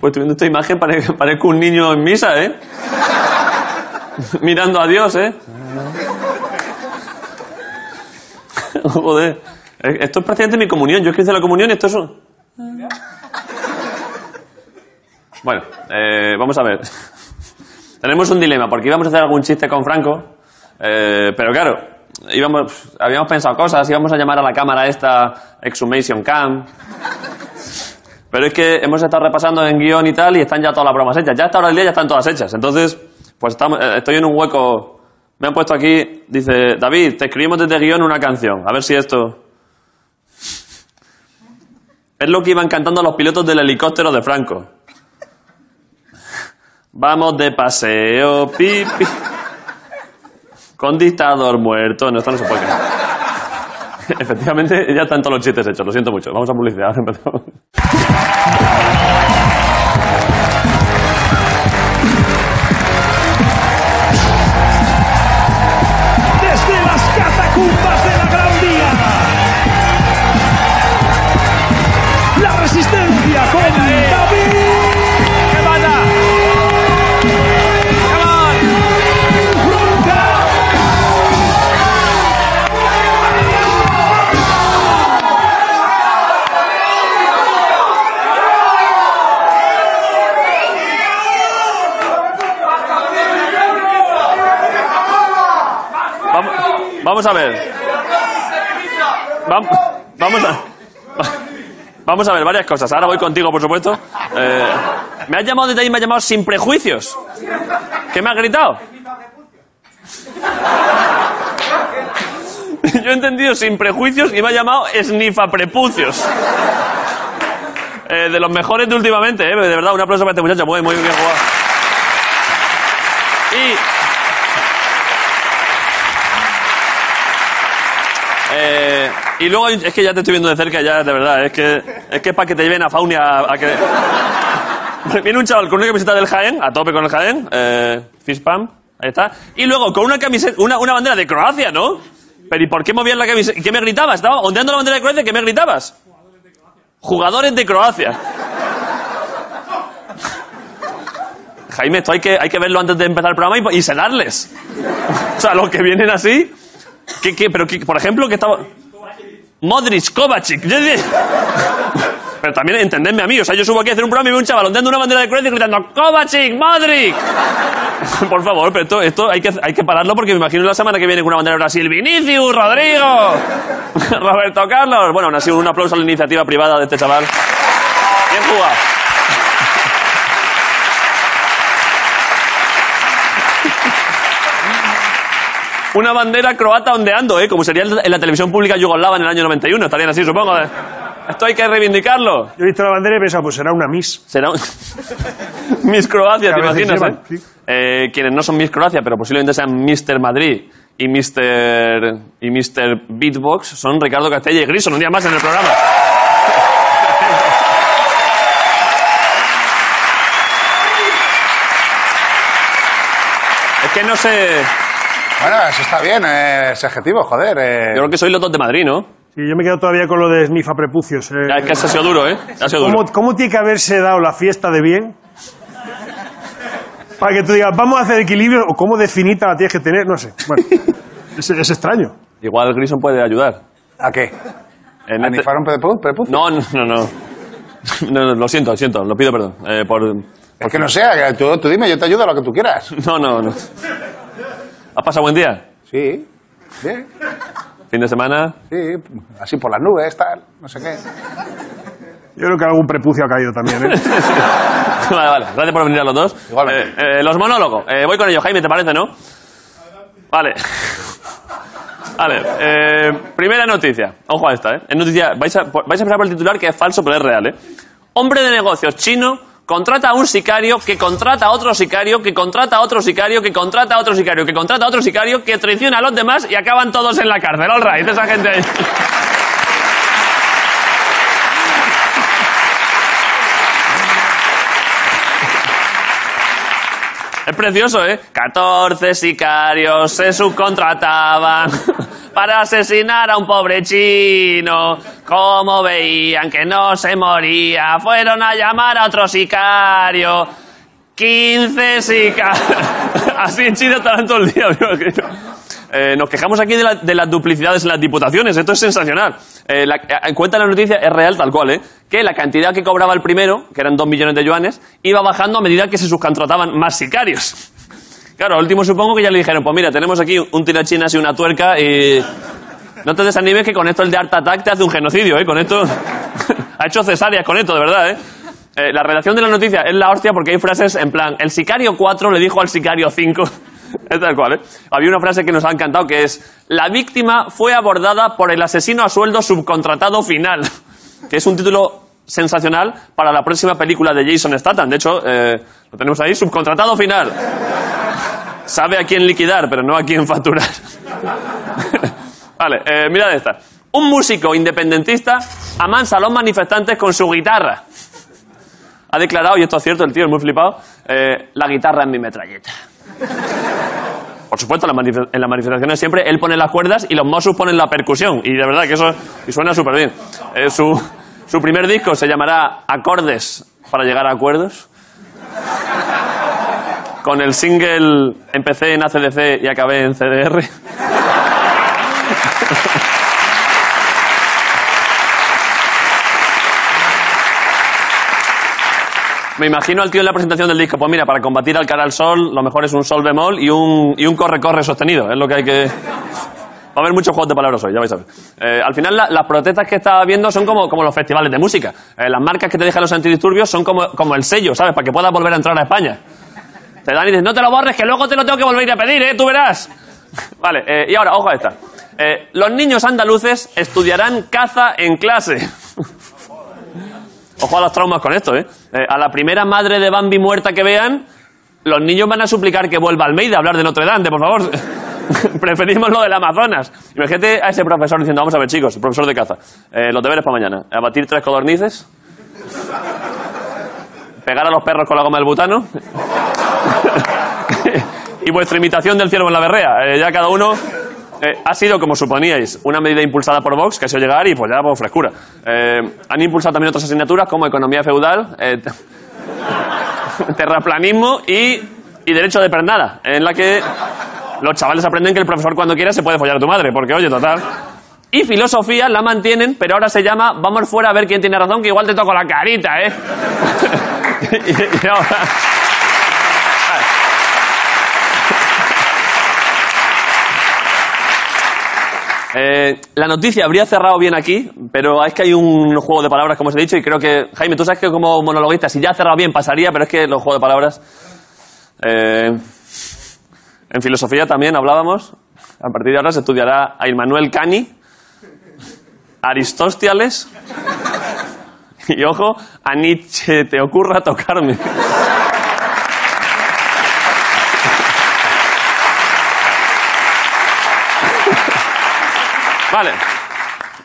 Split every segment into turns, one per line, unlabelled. construyendo Pues esta imagen pare- parezco un niño en misa, ¿eh? Mirando a Dios, ¿eh? Joder. Eh, Esto es prácticamente mi comunión. Yo es que hice la comunión y esto es un... Bueno, eh, vamos a ver. Tenemos un dilema, porque íbamos a hacer algún chiste con Franco, eh, pero claro, íbamos, habíamos pensado cosas, íbamos a llamar a la cámara esta Exhumation Cam. Pero es que hemos estado repasando en guión y tal, y están ya todas las bromas hechas. Ya a esta hora del día ya están todas hechas. Entonces, pues estamos- eh, estoy en un hueco. Me han puesto aquí, dice, David, te escribimos desde guión una canción. A ver si esto. Es lo que iban cantando los pilotos del helicóptero de Franco. Vamos de paseo, pipi. Con dictador muerto. No, esto no se puede. Efectivamente, ya están todos los chistes hechos. Lo siento mucho. Vamos a publicidad. Ahora empezamos.
desde las catacumbas de la Gran Vía. La resistencia con David
¿Qué pasa?
Ronca.
Vamos, vamos a ver. Vam- vamos a. Vamos a ver varias cosas. Ahora voy contigo, por supuesto. Eh, me has llamado desde ahí, me has llamado sin prejuicios. ¿Qué me has gritado? Yo he entendido sin prejuicios y me ha llamado esnifa prepucios. Eh, de los mejores de últimamente, ¿eh? de verdad, un aplauso para este muchacho. Muy, muy bien jugado. Y Eh, y luego, es que ya te estoy viendo de cerca, ya, de verdad, es que es, que es para que te lleven a Fauni a, a que... Viene un chaval con una camiseta del Jaén, a tope con el Jaén, eh, fist pump, ahí está. Y luego con una camiseta, una, una bandera de Croacia, ¿no? Pero ¿y por qué movías la camiseta? ¿Qué me gritabas? Estaba ondeando la bandera de Croacia, ¿qué me gritabas? Jugadores de Croacia. Jaime, esto hay que, hay que verlo antes de empezar el programa y, po- y sedarles. o sea, los que vienen así... ¿Qué, qué? Pero, qué- por ejemplo, que estaba... Modric, Kovacic. Yo dije- Pero también entendedme a mí. O sea, yo subo aquí a hacer un programa y veo un chaval ondeando una bandera de Croacia y gritando ¡Kovacic! ¡Modric! Por favor, pero esto, esto hay, que, hay que pararlo porque me imagino la semana que viene con una bandera de Brasil. ¡Vinicius! ¡Rodrigo! ¡Roberto Carlos! Bueno, aún así, un aplauso a la iniciativa privada de este chaval. Bien jugado. Una bandera croata ondeando, ¿eh? Como sería el- en la televisión pública yugoslava en el año 91. Estarían así, supongo. ¿eh? Esto hay que reivindicarlo.
Yo he visto la bandera y he pensado, pues será una Miss.
Será un- Miss Croacia, ¿te
Que a veces
imaginas?
llevan,
eh?
sí.
Eh, quienes no son Miss Croacia, pero posiblemente sean Mr. Madrid y Mr. y Mr. Beatbox, son Ricardo Castella y Grison, un día más en el programa. Es que no sé.
Bueno, eso está bien, eh, ese adjetivo, joder. eh.
Yo creo que sois los dos de Madrid, ¿no?
Sí, yo me quedo todavía con lo de Snifa Prepucios. eh.
Ya, Es que eso ha sido duro, ¿eh? Ha sido duro.
¿Cómo, cómo tiene que haberse dado la fiesta de bien? Para que tú digas, vamos a hacer equilibrio, o cómo definita la tienes que tener, no sé. Bueno, es, es extraño.
Igual Grison puede ayudar.
¿A qué?
En
¿A
este-
nifar un prepu- prepucio?
No, no, no, no. No, no, Lo siento, lo siento, lo pido perdón. eh, por,
Es que no sea, que tú, tú dime, yo te ayudo a lo que tú quieras.
No, no, no. ¿Has pasado buen día?
Sí, bien,
¿Fin de semana?
sí, así por las nubes, tal, no sé qué.
Yo creo que algún prepucio ha caído también, ¿eh?
vale, vale. Gracias por venir a los dos.
Igualmente.
Eh, eh, los monólogos. Eh, voy con ellos, Jaime, ¿te parece, no? Vale. Vale. eh, primera noticia. Ojo a esta, ¿eh? Es noticia. Vais a, por- vais a empezar por el titular que es falso, pero es real, ¿eh? Hombre de negocios chino contrata a un sicario que contrata a otro sicario que contrata a otro sicario que contrata a otro sicario que contrata a otro sicario que traiciona a los demás y acaban todos en la cárcel. All right, esa gente ahí. Es precioso, ¿eh? 14 sicarios se subcontrataban para asesinar a un pobre chino. Como veían que no se moría, fueron a llamar a otro sicario. 15 sicarios. Así en China estarán todo el día, me imagino. Eh, nos quejamos aquí de, la- de las duplicidades en las diputaciones, esto es sensacional. Eh, la, eh, cuenta la noticia, es real tal cual, ¿eh? que la cantidad que cobraba el primero, que eran 2 millones de yuanes, iba bajando a medida que se subcontrataban más sicarios. Claro, al último supongo que ya le dijeron, pues mira, tenemos aquí un tirachinas y una tuerca y... No te desanimes que con esto el de Art Attack te hace un genocidio, ¿eh? Con esto... ha hecho cesáreas con esto, de verdad, ¿eh? Eh, La redacción de la noticia es la hostia porque hay frases en plan, el sicario 4 le dijo al sicario 5... Es tal cual, ¿eh? Había una frase que nos ha encantado que es, la víctima fue abordada por el asesino a sueldo subcontratado final. Que es un título sensacional para la próxima película de Jason Statham. De hecho, eh, lo tenemos ahí, subcontratado final. Sabe a quién liquidar, pero no a quién facturar. vale, eh, mirad esta. Un músico independentista amansa a los manifestantes con su guitarra. Ha declarado, y esto es cierto, el tío es muy flipado, eh, la guitarra es mi metralleta. Por supuesto, en las manife- en las manifestaciones siempre él pone las cuerdas y los Mossos ponen la percusión. Y de verdad que eso y suena súper bien. Eh, su, su primer disco se llamará Acordes para llegar a acuerdos. Con el single empecé en ACDC y acabé en CDR. Me imagino al tío en la presentación del disco, pues mira, para combatir al cara al sol, lo mejor es un sol bemol y un y un corre-corre sostenido. Es lo que hay que... Va a haber muchos juegos de palabras hoy, ya vais a ver. Eh, al final, la- las protestas que estaba viendo son como, como los festivales de música. Eh, las marcas que te dejan los antidisturbios son como, como el sello, ¿sabes? Para que puedas volver a entrar a España. Te dan y dices, no te lo borres, que luego te lo tengo que volver a pedir, ¿eh? Tú verás. Vale, eh, y ahora, ojo a esta. Eh, los niños andaluces estudiarán caza en clase. Ojo a los traumas con esto, ¿eh? Eh, A la primera madre de Bambi muerta que vean, los niños van a suplicar que vuelva a Almeida a hablar de Notre Dame, de por favor. Preferimos lo del Amazonas. Imagínate a ese profesor diciendo, vamos a ver chicos, profesor de caza, eh, los deberes para mañana, abatir tres codornices, pegar a los perros con la goma del butano y vuestra imitación del ciervo en la berrea. Eh, ya cada uno eh, ha sido, como suponíais, una medida impulsada por Vox que ha sido llegar y pues ya por frescura. Eh, han impulsado también otras asignaturas como economía feudal, eh, te- terraplanismo y, y derecho de pernada, en la que los chavales aprenden que el profesor cuando quiera se puede follar a tu madre, porque oye, total. Y filosofía la mantienen, pero ahora se llama vamos fuera a ver quién tiene razón, que igual te toco la carita, ¿eh? Y- y ahora- Eh, la noticia habría cerrado bien aquí, pero es que hay un juego de palabras, como os he dicho, y creo que, Jaime, tú sabes que como monologuista, si ya ha cerrado bien, pasaría, pero es que los juegos de palabras... eh, en filosofía también hablábamos, a partir de ahora se estudiará a Immanuel Cani, Aristóstiles y, ojo, a Nietzsche, te ocurra tocarme. Vale.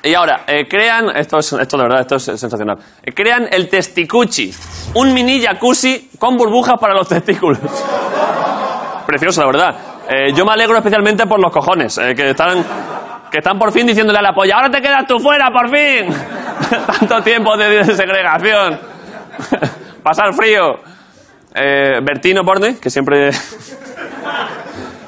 Y ahora, eh, crean, esto, es, esto de verdad, esto es sensacional. Eh, crean el testicuchi, un mini jacuzzi con burbujas para los testículos. Precioso, la verdad. Eh, yo me alegro especialmente por los cojones, eh, que están que están por fin diciéndole a la polla, ahora te quedas tú fuera, por fin. Tanto tiempo de segregación. Pasar frío. Eh, Bertino Borne, que siempre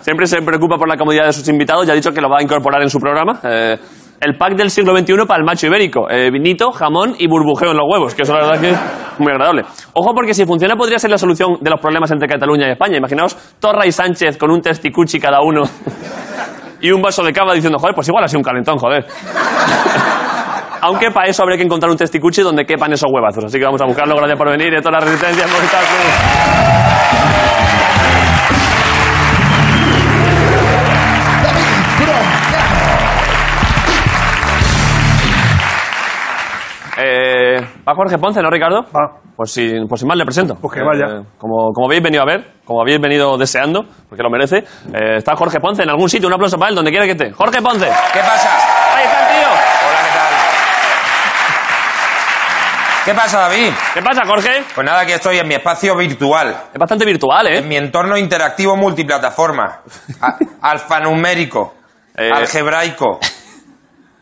siempre se preocupa por la comodidad de sus invitados, ya ha dicho que lo va a incorporar en su programa. Eh, el pack del siglo XXI para el macho ibérico. Eh, vinito, jamón y burbujeo en los huevos, que eso la verdad que es muy agradable. Ojo porque si funciona podría ser la solución de los problemas entre Cataluña y España. Imaginaos Torra y Sánchez con un testicuchi cada uno y un vaso de cava diciendo, joder, pues igual ha sido un calentón, joder. Aunque para eso habría que encontrar un testicuchi donde quepan esos huevazos. Así que vamos a buscarlo. Gracias por venir y a toda la resistencia por estar con- Eh, ¿Va Jorge Ponce, no Ricardo?
Va.
Pues sin, pues sin más le presento.
Pues que vaya.
Eh, como, como habéis venido a ver, como habéis venido deseando, porque lo merece, eh, está Jorge Ponce en algún sitio, un aplauso para él, donde quiera que esté. Jorge Ponce,
¿Qué pasa?
ahí está el tío.
Hola, ¿qué tal?
¿Qué pasa, David?
¿Qué pasa, Jorge?
Pues nada, aquí estoy en mi espacio virtual,
Es bastante virtual,
en
¿eh?
mi entorno interactivo multiplataforma, a- alfanumérico.
Eh,
algebraico,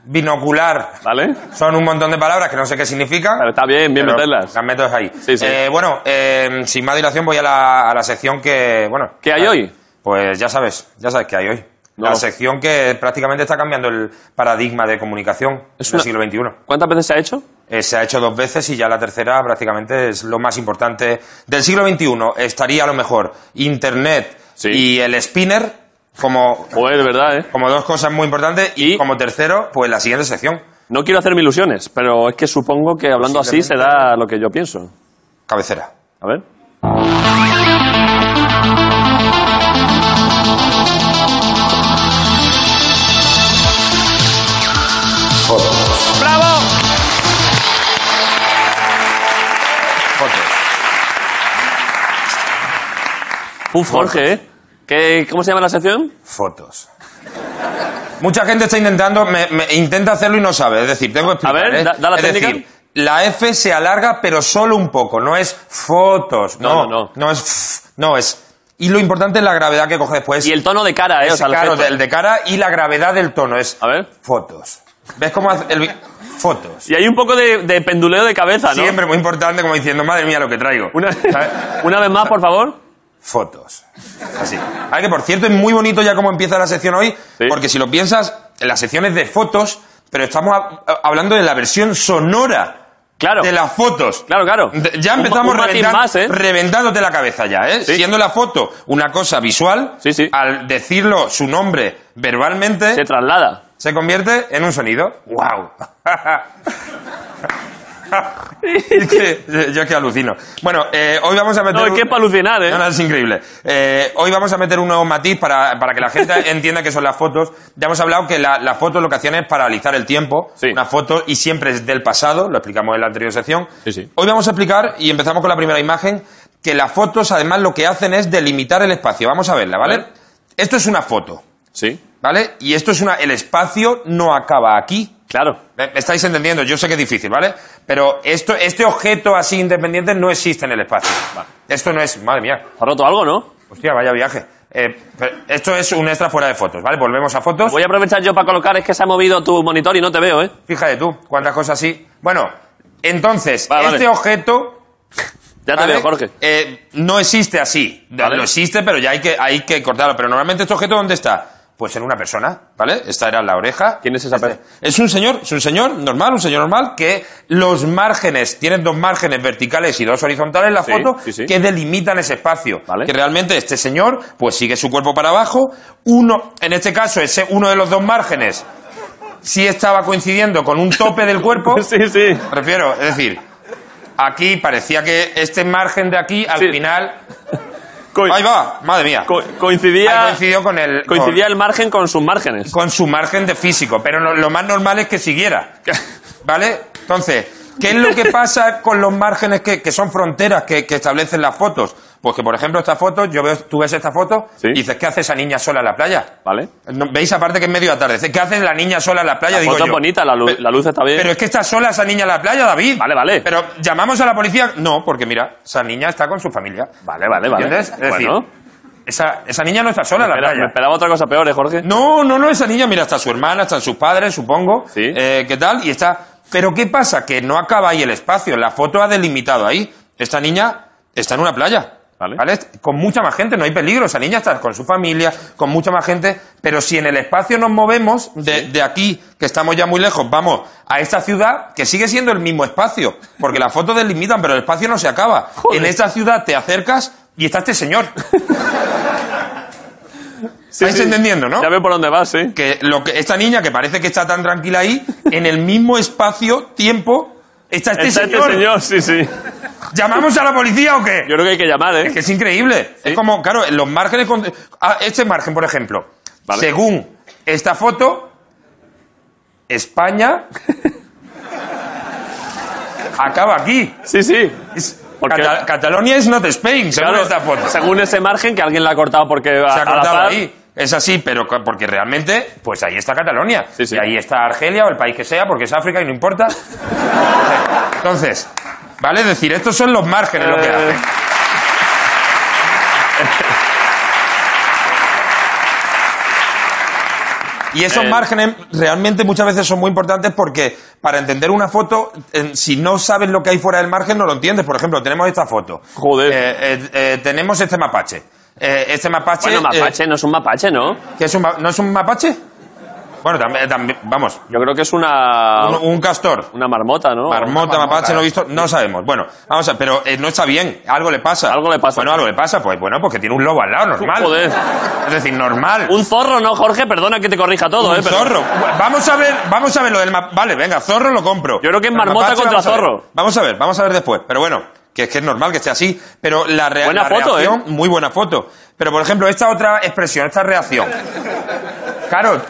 binocular.
¿Vale?
Son un montón de palabras que no sé qué significan.
Pero está bien, bien
pero
meterlas.
Las meto ahí.
Sí, sí.
Eh, bueno, eh, sin más dilación voy a la, a la sección que... Bueno,
¿Qué hay hoy?
Pues ya sabes, ya sabes qué hay hoy.
No.
La sección que prácticamente está cambiando el paradigma de comunicación
Es
del
una-
siglo XXI.
¿Cuántas veces se ha hecho?
Eh, se ha hecho dos veces y ya la tercera prácticamente es lo más importante del siglo XXI. Estaría a lo mejor Internet
Sí.
y el spinner como,
Joder, de verdad, ¿eh?
como dos cosas muy importantes y,
Y-
como tercero, pues la siguiente sección.
No quiero hacerme ilusiones, pero es que supongo que hablando así será lo que yo pienso.
Cabecera.
A ver. ¡Bravo!
Fotos.
Uf, Jorge, ¿eh? ¿Qué- ¿Cómo se llama la sección?
Fotos. Mucha gente está intentando, me- me- intenta hacerlo y no sabe. Es decir, tengo que explicar.
A ver,
¿eh?
da- da la
es
técnica.
decir, la F se alarga, pero solo un poco. No es fotos.
No,
No,
no, no.
es. f- No es. Y lo importante es la gravedad que coge después.
Y el tono de cara, ¿eh? O
Ese,
sea, el
claro,
gesto.
el de cara y la gravedad del tono es
A ver.
fotos. ¿Ves cómo hace el vi- fotos?
Y hay un poco de, de penduleo de cabeza, ¿no?
Siempre muy importante, como diciendo, madre mía, lo que traigo.
Una,
¿Sabes?
una vez más, por favor.
Fotos. Así. Ahora que, por cierto, es muy bonito ya como empieza la sección hoy,
Sí.
porque si lo piensas, la sección es de fotos, pero estamos a- a- hablando de la versión sonora
Claro.
de las fotos.
Claro, claro.
De- Ya
Un-
empezamos
un matiz
reventan-
más, ¿eh?
reventándote la cabeza ya, ¿eh?
Sí.
Siendo la foto una cosa visual,
Sí, sí.
al decirlo su nombre verbalmente,
Se traslada.
se convierte en un sonido. ¡Wow! es que, eh, yo es que alucino. Bueno, eh, hoy vamos a meter.
No, es
un-
que es para alucinar, ¿eh?
No, no, es increíble. Eh, hoy vamos a meter un nuevo matiz para, para que la gente entienda qué son las fotos. Ya hemos hablado que la- las fotos lo que hacían es paralizar el tiempo.
Sí.
Una foto y siempre es del pasado, lo explicamos en la anterior sección.
Sí, sí.
Hoy vamos a explicar, y empezamos con la primera imagen, que las fotos además lo que hacen es delimitar el espacio. Vamos a verla, ¿vale?
A ver.
Esto es una foto.
Sí.
¿Vale? Y esto es una. El espacio no acaba aquí.
Claro.
¿Me me estáis entendiendo? Yo sé que es difícil, ¿vale? Pero esto, este objeto así independiente no existe en el espacio. Esto no es. Madre mía.
Ha roto algo, ¿no?
Hostia, vaya viaje. Eh, pero esto es un extra fuera de fotos, ¿vale? Volvemos a fotos.
Voy a aprovechar yo para colocar, es que se ha movido tu monitor y no te veo, ¿eh?
Fíjate tú, cuántas cosas así. Bueno, entonces,
Vale, vale.
este objeto.
Ya te
¿vale?
veo, Jorge.
Eh, no existe así.
Vale.
No existe, pero ya hay que, hay que cortarlo. Pero normalmente este objeto, ¿dónde está? Pues en una persona, ¿vale? Esta era la oreja.
¿Quién es esa
Este-
persona?
Es un señor, es un señor normal, un señor normal que los márgenes, tienen dos márgenes verticales y dos horizontales en la
Sí,
foto
sí, sí.
que delimitan ese espacio.
Vale.
Que realmente este señor, pues sigue su cuerpo para abajo. Uno, en este caso, ese uno de los dos márgenes sí estaba coincidiendo con un tope del cuerpo.
Sí, sí.
Me refiero, es decir, aquí parecía que este margen de aquí al
Sí.
final.
Co-
Ahí va, madre mía.
co- coincidía,
Ahí coincidió con el.
coincidía el margen con sus márgenes.
con, con su margen de físico, pero lo, lo más normal es que siguiera. ¿Vale? Entonces, ¿qué es lo que pasa con los márgenes que, que son fronteras que, que establecen las fotos? Pues que, por ejemplo, esta foto, yo veo, tú ves esta foto
Sí.
y dices, ¿qué hace esa niña sola en la playa?
¿Vale?
No, ¿Veis aparte que es medio atardecer? ¿Qué hace la niña sola en la playa?
La
Digo
foto es
yo.
bonita, la, lu-
Pe-
la luz está bien.
pero es que está sola esa niña en la playa, David.
Vale, vale.
Pero llamamos a la policía. No, porque mira, esa niña está con su familia.
Vale, vale, vale.
¿Entiendes? Es decir,
Bueno.
esa, esa niña no está sola en la
Espera, me
playa.
esperaba otra cosa peor, ¿eh, Jorge?
No, no, no, esa niña, mira, está su hermana, están sus padres, supongo.
Sí.
Eh, ¿Qué tal? Y está. Pero ¿qué pasa? Que no acaba ahí el espacio. La foto ha delimitado ahí. Esta niña está en una playa.
Vale.
Con mucha más gente, no hay peligro. Esa niña está con su familia, con mucha más gente. Pero si en el espacio nos movemos de, de aquí, que estamos ya muy lejos, vamos a esta ciudad, que sigue siendo el mismo espacio. Porque las fotos delimitan, pero el espacio no se acaba.
Joder.
En esta ciudad te acercas y está este señor.
Sí, sí.
¿Estáis entendiendo, no?
Ya veo por dónde vas, sí.
que, lo que esta niña que parece que está tan tranquila ahí, en el mismo espacio, tiempo, está este,
Está
señor.
este señor, sí, sí.
¿Llamamos a la policía o qué?
Yo creo que hay que llamar, ¿eh?
Es que es increíble. Es como, claro, los márgenes. con- Ah, este margen, por ejemplo.
Vale.
Según esta foto, España acaba aquí.
Sí, sí.
Es-
Porque-
Cata- Catalonia es not Spain, según
Claro,
esta foto.
según ese margen que alguien la ha cortado porque a,
se ha
a la
cortado
par-
ahí. Es así, pero co- porque realmente, pues ahí está Cataluña.
Sí, sí.
Y ahí está Argelia o el país que sea, porque es África y no importa. Entonces, ¿vale? Es decir, estos son los márgenes lo que
Eh.
hacen. Y esos
Eh.
márgenes realmente muchas veces son muy importantes porque para entender una foto, eh, si no sabes lo que hay fuera del margen, no lo entiendes. Por ejemplo, tenemos esta foto.
Joder.
Eh, eh, eh, tenemos este mapache. Eh, este mapache.
Bueno,
eh,
mapache, no es un mapache, ¿no?
¿qué es un ma- ¿No es un mapache? Bueno, también, también- vamos,
Yo creo que es una.
un- un castor.
Una marmota, ¿no?
marmota,
Marmota, mapache,
eh.
no he visto, no sabemos. Bueno, vamos a, pero eh, no está bien, algo le pasa.
Algo le pasa.
Bueno, algo le pasa, pues bueno, porque tiene un lobo al lado, normal.
Joder.
Es decir, normal.
Un zorro, ¿no, Jorge? Perdona que te corrija todo, ¿eh?
Un
pero-
zorro. Vamos a ver, vamos a ver lo del map. Vale, venga, zorro lo compro.
Yo creo que es
Pero
marmota
mapache,
contra
vamos a ver.
zorro.
Vamos a ver, vamos a ver después. Pero bueno, que es que es normal que esté así. Pero la, rea-
Buena
la
foto, ¿eh?
reacción, muy buena foto. Pero por ejemplo, esta otra expresión, esta reacción. Claro,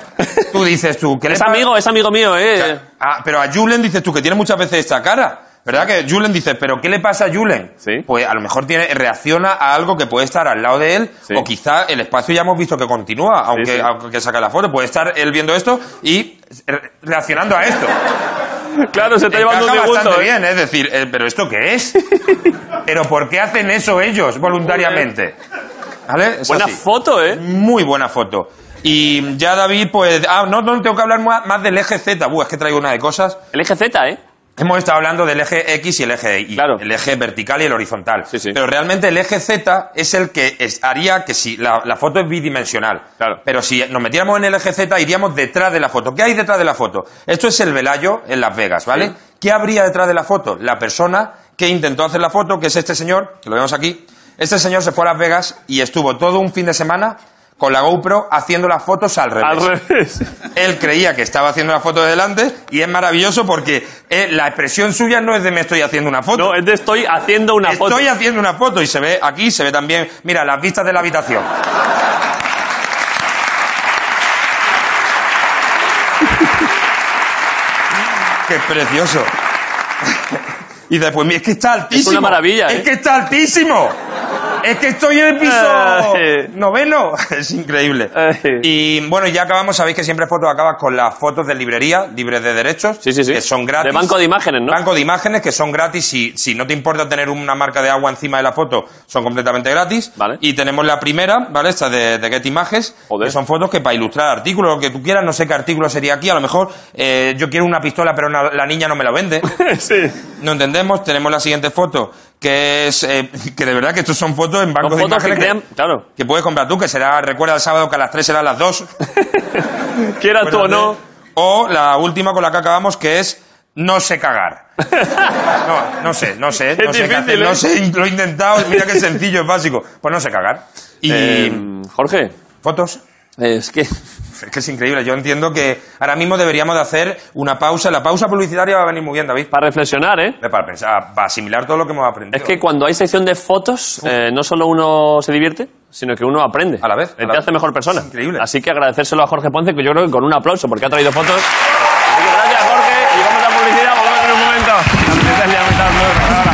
tú dices tú, que
Es amigo, es amigo mío, ¿eh?
Ah, pero a Julen dices tú que tiene muchas veces esta cara. ¿Verdad que Julen dice, pero qué le pasa a Julen?
Sí.
Pues a lo mejor tiene, reacciona a algo que puede estar al lado de él,
Sí.
o quizá el espacio ya hemos visto que continúa, aunque,
sí.
aunque saca la foto. Puede estar él viendo esto y re- reaccionando a esto.
Claro, se está
Encaja
llevando un disgusto.
bastante
¿eh?
bien, es decir, eh, ¿pero esto qué es? ¿Pero por qué hacen eso ellos voluntariamente? ¿Vale? Es
Buena
así.
foto, ¿eh?
Muy buena foto. Y ya David, pues... Ah, no, no, tengo que hablar más, más del eje Z. Buah, es que traigo una de cosas.
El eje Z, ¿eh?
Hemos estado hablando del eje X y el eje Y.
Claro.
El eje vertical y el horizontal.
Sí, sí.
Pero realmente el eje Z es el que es- haría que si la, la foto es bidimensional.
Claro.
Pero si nos metiéramos en el eje Z iríamos detrás de la foto. ¿Qué hay detrás de la foto? Esto es el velayo en Las Vegas, ¿vale? ¿Qué habría detrás de la foto? La persona que intentó hacer la foto, que es este señor, que lo vemos aquí. Este señor se fue a Las Vegas y estuvo todo un fin de semana con la GoPro haciendo las fotos al revés.
Al revés.
Él creía que estaba haciendo la foto de delante y es maravilloso porque eh, la expresión suya no es de me estoy haciendo una foto.
No, es de estoy haciendo una
estoy
foto.
haciendo una foto y se ve aquí, se ve también, mira, las vistas de la habitación. Qué precioso. Y después, mi- es que está altísimo.
Es una maravilla,
Es
¿eh?
que está altísimo. Es que estoy en el piso
Eh.
noveno. Es increíble.
Eh.
Y bueno, ya acabamos. Sabéis que siempre fotos acabas con las fotos de librería, libres de derechos.
Sí, sí, sí.
Que son gratis.
De banco de imágenes, ¿no?
Banco de imágenes que son gratis. Si, si no te importa tener una marca de agua encima de la foto, son completamente gratis.
Vale.
Y tenemos la primera, ¿vale? Esta de, de Get Images.
Joder.
Que son fotos que para ilustrar artículos, lo que tú quieras. No sé qué artículo sería aquí. A lo mejor eh, yo quiero una pistola, pero na- la niña no me la vende.
sí.
No entendemos. Tenemos la siguiente foto, que es. eh, que de verdad que estos son fotos en
Con
bancos de
fotos que
imágenes.
crean. Claro.
que puedes comprar tú, que será, recuerda el sábado que a las 3 serán las 2.
Quieras tú o no.
O la última con la que acabamos, que es no sé cagar. No, no sé, no sé. No
Es
sé, qué hacer,
difícil, ¿eh?
no sé, lo he intentado, mira qué sencillo, es básico. Pues no sé cagar. Y
Eh, Jorge,
fotos.
es que.
Es que es increíble, yo entiendo que ahora mismo deberíamos de hacer una pausa. La pausa publicitaria va a venir muy bien, David.
Para reflexionar, ¿eh?
Para pensar, para asimilar todo lo que hemos aprendido.
Es que cuando hay sección de fotos, eh, no solo uno se divierte, sino que uno aprende.
A la vez,
Eh,
a la
te
vez.
hace mejor persona.
Es increíble.
Así que agradecérselo a Jorge Ponce, que yo creo que con un aplauso, porque ha traído fotos. Así que gracias, Jorge. Y vamos a publicidad, volvemos en un momento. Gracias, Lea, mitad, muy bien, ahora.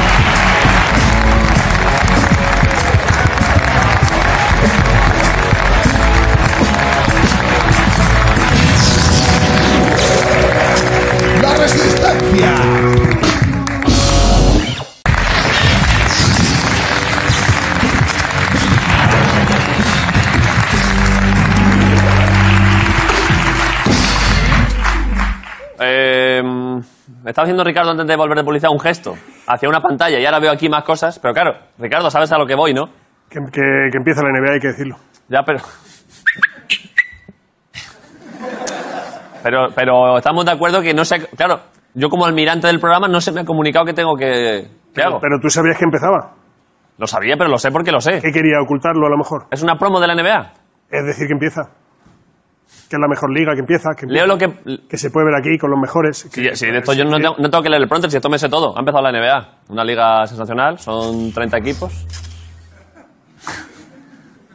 La resistencia.
Eh, estaba haciendo Ricardo antes de volver de publicidad un gesto hacia una pantalla y ahora veo aquí más cosas, pero claro, Ricardo, sabes a lo que voy, ¿no?
Que, que- que empieza la NBA, hay que decirlo.
Ya, pero. Pero, pero estamos de acuerdo que no se. ha- Claro, yo como almirante del programa no se me ha comunicado que tengo que. ¿Qué hago?
Pero tú sabías que empezaba.
Lo sabía, pero lo sé porque lo sé.
Que quería ocultarlo a lo mejor.
Es una promo de la NBA.
Es decir, que empieza. Que es la mejor liga, que empieza. Que,
Leo lo que.
que se puede ver aquí con los mejores.
Si, si de esto yo no tengo, no tengo que leer el pronto, si esto me sé todo. Ha empezado la NBA. Una liga sensacional, son 30 equipos.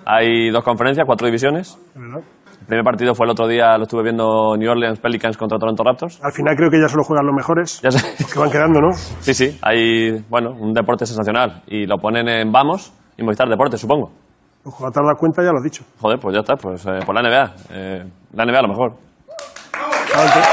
Hay dos conferencias, cuatro divisiones.
¿verdad?
El primer partido fue el otro día, lo estuve viendo New Orleans Pelicans contra Toronto Raptors.
Al final creo que ya solo juegan los mejores.
Ya sé.
Los que van quedando, ¿no?
Sí, sí, hay, bueno, un deporte sensacional. Y lo ponen en Vamos y Movistar Deporte, supongo.
Los jugadores te has dado cuenta, ya lo has dicho.
Joder, pues ya está, pues eh, por la NBA. Eh, la NBA a lo mejor.
Adelante.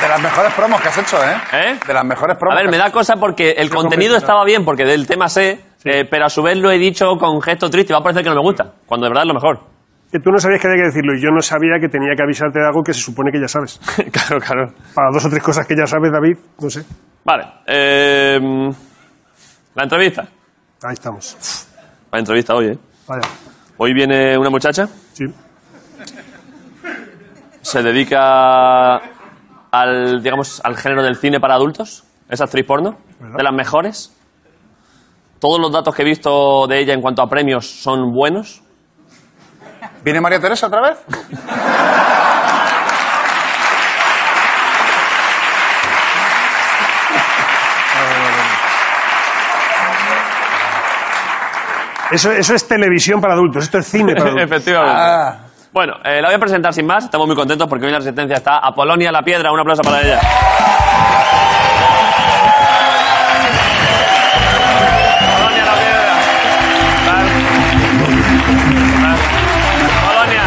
De las mejores promos que has hecho, ¿eh?
¿Eh?
De las mejores
A
promos.
ver,
que
me
has
da cosa porque el contenido estaba bien, porque del tema sé, Eh, pero a su vez lo he dicho con gesto triste. Va a parecer que no me gusta, cuando de verdad es lo mejor.
Que tú no sabías que había que decirlo y yo no sabía que tenía que avisarte de algo que se supone que ya sabes.
claro, claro.
Para dos o tres cosas que ya sabes, David, no sé.
Vale. eh, la entrevista.
Ahí estamos.
La entrevista hoy, ¿eh?
Vaya.
Hoy viene una muchacha,
Sí.
se dedica al, digamos, al género del cine para adultos. Es actriz porno,
¿Verdad?
de las mejores. Todos los datos que he visto de ella en cuanto a premios son buenos.
¿Viene María Teresa otra vez?
Eso, eso es televisión para adultos, esto es cine para adultos.
Efectivamente.
Ah.
Bueno, eh, la voy a presentar sin más. Estamos muy contentos porque hoy en la resistencia está Apolonia La Piedra. Un aplauso para ella. Apolonia La Piedra. Tal. Tal. Apolonia.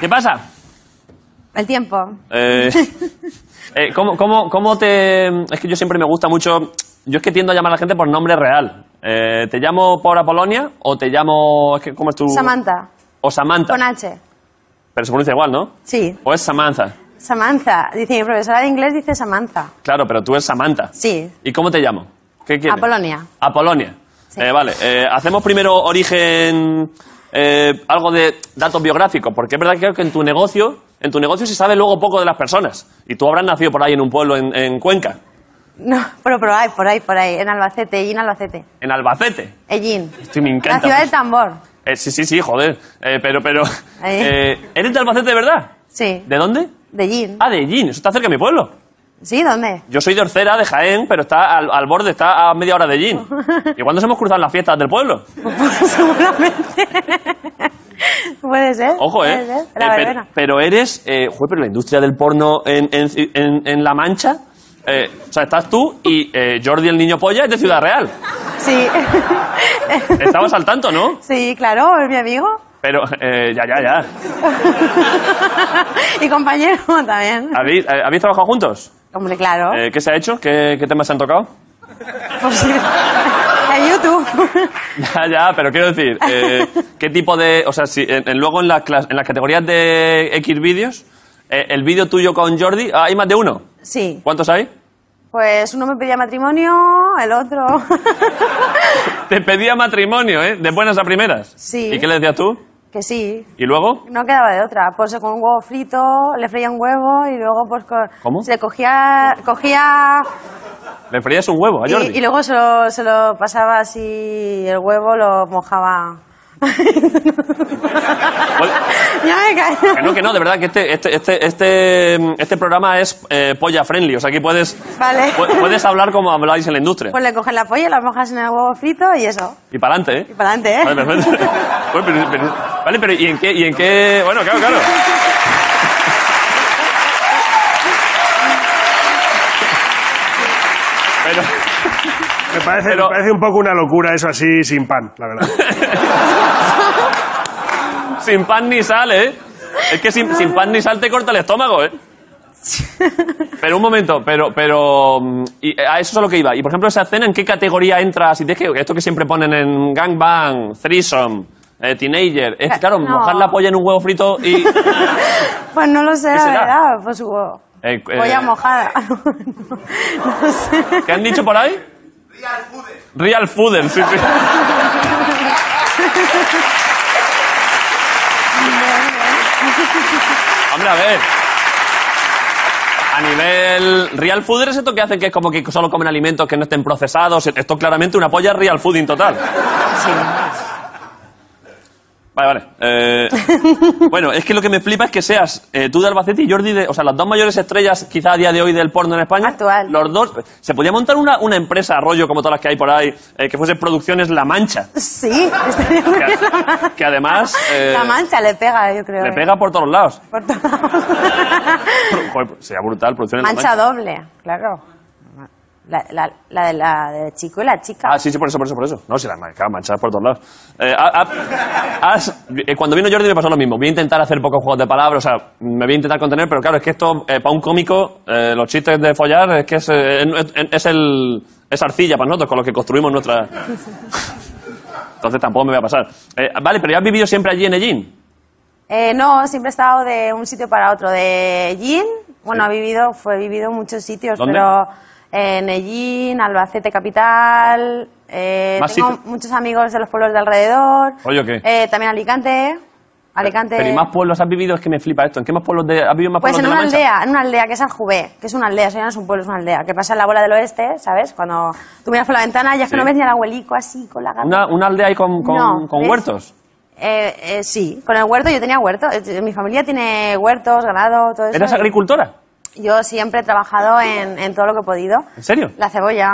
¿Qué pasa?
El tiempo.
Eh, eh, ¿cómo, cómo, cómo te...? Es que yo siempre me gusta mucho... Yo es que tiendo a llamar a la gente por nombre real. Eh, ¿Te llamo por Apolonia o te llamo... Es que, ¿Cómo es tu...?
Samantha.
O Samantha.
Con H.
Pero se pronuncia igual, ¿no?
Sí.
O es Samantha.
Samantha. Dice mi profesora de inglés, dice Samantha.
Claro, pero tú eres Samantha.
Sí.
¿Y cómo te llamo? ¿Qué quieres?
Apolonia.
Apolonia.
Sí.
Eh, vale, eh, hacemos primero origen... eh, algo de datos biográficos, porque es verdad que creo que en tu negocio... En tu negocio se sabe luego poco de las personas. Y tú habrás nacido por ahí en un pueblo en- en Cuenca.
No, pero por ahí, por ahí, por ahí. En Albacete, Ellín, Albacete.
En Albacete.
Ellín.
Sí, me encanta.
La ciudad del tambor.
Eh, sí, sí, sí, joder. Eh, pero, pero.
Ahí.
eh, ¿Eres de Albacete de verdad?
Sí.
¿De dónde?
De Ellín.
Ah, de Ellín. Eso está cerca de mi pueblo.
Sí, ¿dónde?
Yo soy de Orcera, de Jaén, pero está al, al borde, está a media hora de Ellín. ¿Y cuándo se hemos cruzado en las fiestas del pueblo?
Pues, Seguramente. Puede ser.
Ojo, ¿eh?
puede ser.
Eh,
La
pero,
verbena.
pero eres. Eh, joder, pero la industria del porno en, en, en- en La Mancha. eh, o sea, estás tú y eh, Jordi el niño polla es de Ciudad Real.
Sí.
Estabas al tanto, ¿no?
Sí, claro, es mi amigo.
Pero, eh, ya, ya, ya.
y compañero también.
¿Habéis, eh, ¿habéis trabajado juntos?
Hombre, claro.
Eh, ¿Qué se ha hecho? ¿Qué, ¿Qué temas se han tocado?
Por si- en YouTube.
Ya, ya, pero quiero decir, eh, ¿qué tipo de. O sea, si, en- en- luego en las, clas- en las categorías de X vídeos, eh, el vídeo tuyo con Jordi, ah, hay más de uno.
sí.
¿Cuántos hay?
Pues uno me pedía matrimonio, el otro.
Te pedía matrimonio, ¿eh? De buenas a primeras.
Sí.
¿Y qué le decías tú?
que sí,
¿Y luego?
no quedaba de otra. Pues con un huevo frito, le freía un huevo y luego pues con...
¿Cómo?
Se le cogía... cogía
Le freías un huevo a Jordi.
y, y luego se lo, se lo pasaba así, el huevo lo mojaba. ya me caí.
Que no, que no, de verdad que este, este, este, este, mm, este programa es eh, polla friendly. O sea, aquí puedes,
Vale.
pu- puedes hablar como habláis en la industria.
Pues le coges la polla, la mojas en el huevo frito y eso.
Y para adelante, ¿eh?
Y para adelante, ¿eh?
Vale, perfecto. Bueno, pero, pero- vale, pero ¿y en qué? ¿Y en qué? Bueno, claro, claro. Pero,
Me parece,
Pero-
me parece un poco una locura eso así sin pan, la verdad.
sin pan ni sal, ¿eh? Es que sin, sin pan ni sal te corta el estómago, ¿eh? Pero un momento, pero, pero mm, y a eso es a lo que iba. Y por ejemplo, esa cena, ¿en qué categoría entra? Si tienes que, esto que siempre ponen en gangbang, threesome, eh, teenager, es que, claro,
No.
mojar la polla en un huevo frito y
Pues no lo sé, la
será?
verdad. Pues huevo.
Eh, eh,
Polla mojada. no sé.
¿Qué han dicho por ahí? Real Fooder. Real Fooder, sí, sí. Hombre, a ver. A nivel real fooder es esto que hacen que es como que solo comen alimentos que no estén procesados. Esto es claramente una polla real fooding total.
Sí.
Vale, vale. Eh, bueno, es que lo que me flipa es que seas eh, tú de Albacete y Jordi de... O sea, las dos mayores estrellas quizá a día de hoy del porno en España.
Actual.
Los dos... ¿Se podía montar una, una empresa, rollo, como todas las que hay por ahí, eh, que fuese Producciones La Mancha?
Sí, estaría muy
Que,
bien la mancha.
que además... eh,
La mancha le pega, yo creo.
Le
eh.
pega por todos lados.
Por todos lados.
Joder, sería brutal, Producciones
Mancha
La Mancha.
doble, claro. La, la, la de la de chico y la chica.
Ah, sí, sí, por eso, por eso, por eso. No, si las manchaba, manchadas por todos lados. Eh, ha- ha- has- eh, cuando vino Jordi me pasó lo mismo. Voy a intentar hacer pocos juegos de palabras, o sea, me voy a intentar contener, pero claro, es que esto, para un cómico, eh, los chistes de follar es que es, eh, en- es el, es arcilla para nosotros, con lo que construimos nuestra... Entonces tampoco me voy a pasar. Eh, vale, pero ya has vivido siempre allí en Ellín.
Eh, no, siempre he estado de un sitio para otro. De Ellín, bueno, ha vivido, fue vivido en muchos sitios,
¿Dónde?
pero en Ellín, Albacete Capital, eh,
Más
tengo
sitios.
muchos amigos de los pueblos de alrededor.
Oye, ¿o qué?
Eh, también Alicante, Alicante.
Pero ¿y más pueblos has vivido? Es que me flipa esto. ¿En qué más pueblos de- has vivido en más
pues en
pueblos
una
de la Mancha?
aldea, en una aldea que es Aljubé, que es una aldea, eso ya no es un pueblo, es una aldea, que pasa en la bola del oeste, ¿sabes? Cuando tú miras por la ventana y es
Sí.
que no ves ni al abuelico así, con la gata.
Una, una aldea ahí con, con-
No,
con
¿ves?
huertos.
Eh, eh, sí, con el huerto, yo tenía huerto. eh, Mi familia tiene huertos, ganado, todo eso.
¿Eras agricultora?
Yo siempre he trabajado en, en todo lo que he podido.
¿En serio?
La cebolla,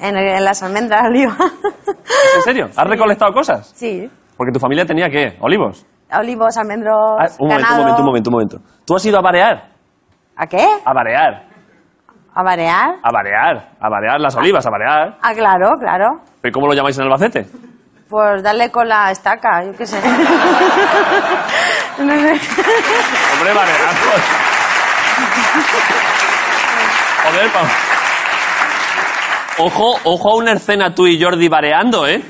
en, el- en las almendras, la oliva.
¿En serio? ¿Has recolectado cosas?
Sí,
Porque tu familia tenía qué? Olivos.
olivos, almendros,
Ah, un momento,
Pues, ganado.
un momento, un momento, un momento. Tú has ido a barear.
¿A qué?
A barear.
¿A barear?
A barear. A barear las olivas, a barear.
Ah, claro, claro.
¿Pero cómo lo llamáis en Albacete?
Pues darle con la estaca, yo qué sé. No sé.
Hombre, barear. Joder, pa... Ojo, ojo a una escena tú y Jordi bareando, ¿eh?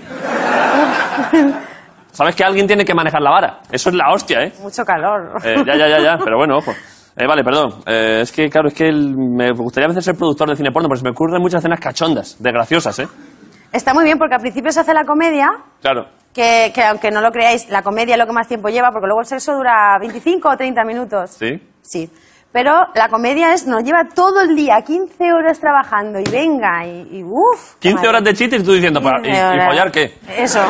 Sabes que alguien tiene que manejar la vara. Eso es la hostia, ¿eh?
Mucho calor.
Eh, ya, ya, ya, ya, pero bueno, ojo. Eh, vale, perdón. Eh, es que, claro, es que el- me gustaría a veces ser productor de cine porno, pero se me ocurren muchas escenas cachondas, de graciosas, ¿eh?
Está muy bien porque al principio se hace la comedia
Claro.
que, que aunque no lo creáis, la comedia es lo que más tiempo lleva, porque luego el sexo dura 25 o 30 minutos.
¿Sí?
Sí. Pero la comedia es, nos lleva todo el día, 15 horas trabajando, y venga, y, y uff.
15 horas de chistes y tú diciendo, para, ¿y, y follar qué?
Eso.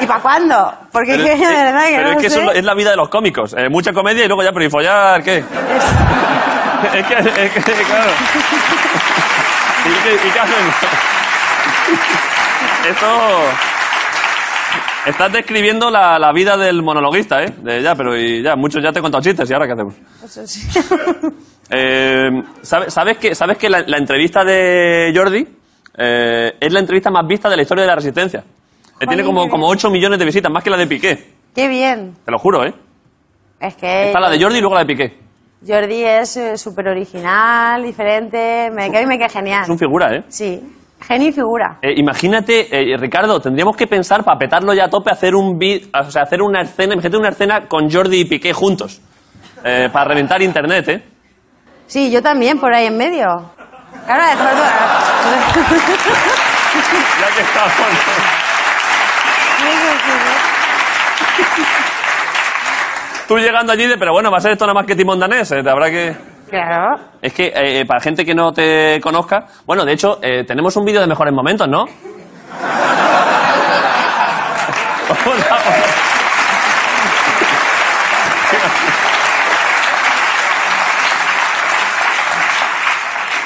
¿Y para cuándo? Porque
Pero,
que, de
eh,
verdad que
pero
no
es
lo
que eso
sé.
es lo- es la vida de los cómicos. Eh, mucha comedia y luego ya, pero ¿y follar qué? es que, es que, claro. ¿Y qué, y qué hacen? Esto... Estás describiendo la, la vida del monologuista, ¿eh? De, ya, pero y ya, muchos ya te he contado chistes y ahora qué hacemos.
Eso sí.
Eh, ¿sabe- ¿Sabes que, sabes que la, la entrevista de Jordi eh, es la entrevista más vista de la historia de la Resistencia? Eh, tiene
Jolín,
como,
qué
como
bien.
8 millones de visitas, más que la de Piqué.
Qué bien.
Te lo juro, ¿eh?
Es que
Está la de Jordi y luego la de Piqué.
Jordi es súper original, diferente, me cae me cae genial.
Es un figura, ¿eh?
Sí. Genio y figura.
Eh, imagínate, eh, Ricardo, tendríamos que pensar para petarlo ya a tope, hacer un vi- o sea, hacer una escena, imagínate una escena con Jordi y Piqué juntos. eh, para reventar internet, ¿eh?
Sí, yo también, por ahí en medio. Claro, después...
Ya que estamos. Tú llegando allí, de, pero bueno, va a ser esto nada más que timón danés, eh, habrá que.
Claro.
Es que eh, eh, para gente que no te conozca, bueno, de hecho, eh, tenemos un vídeo de mejores momentos, ¿no? Hola, hola.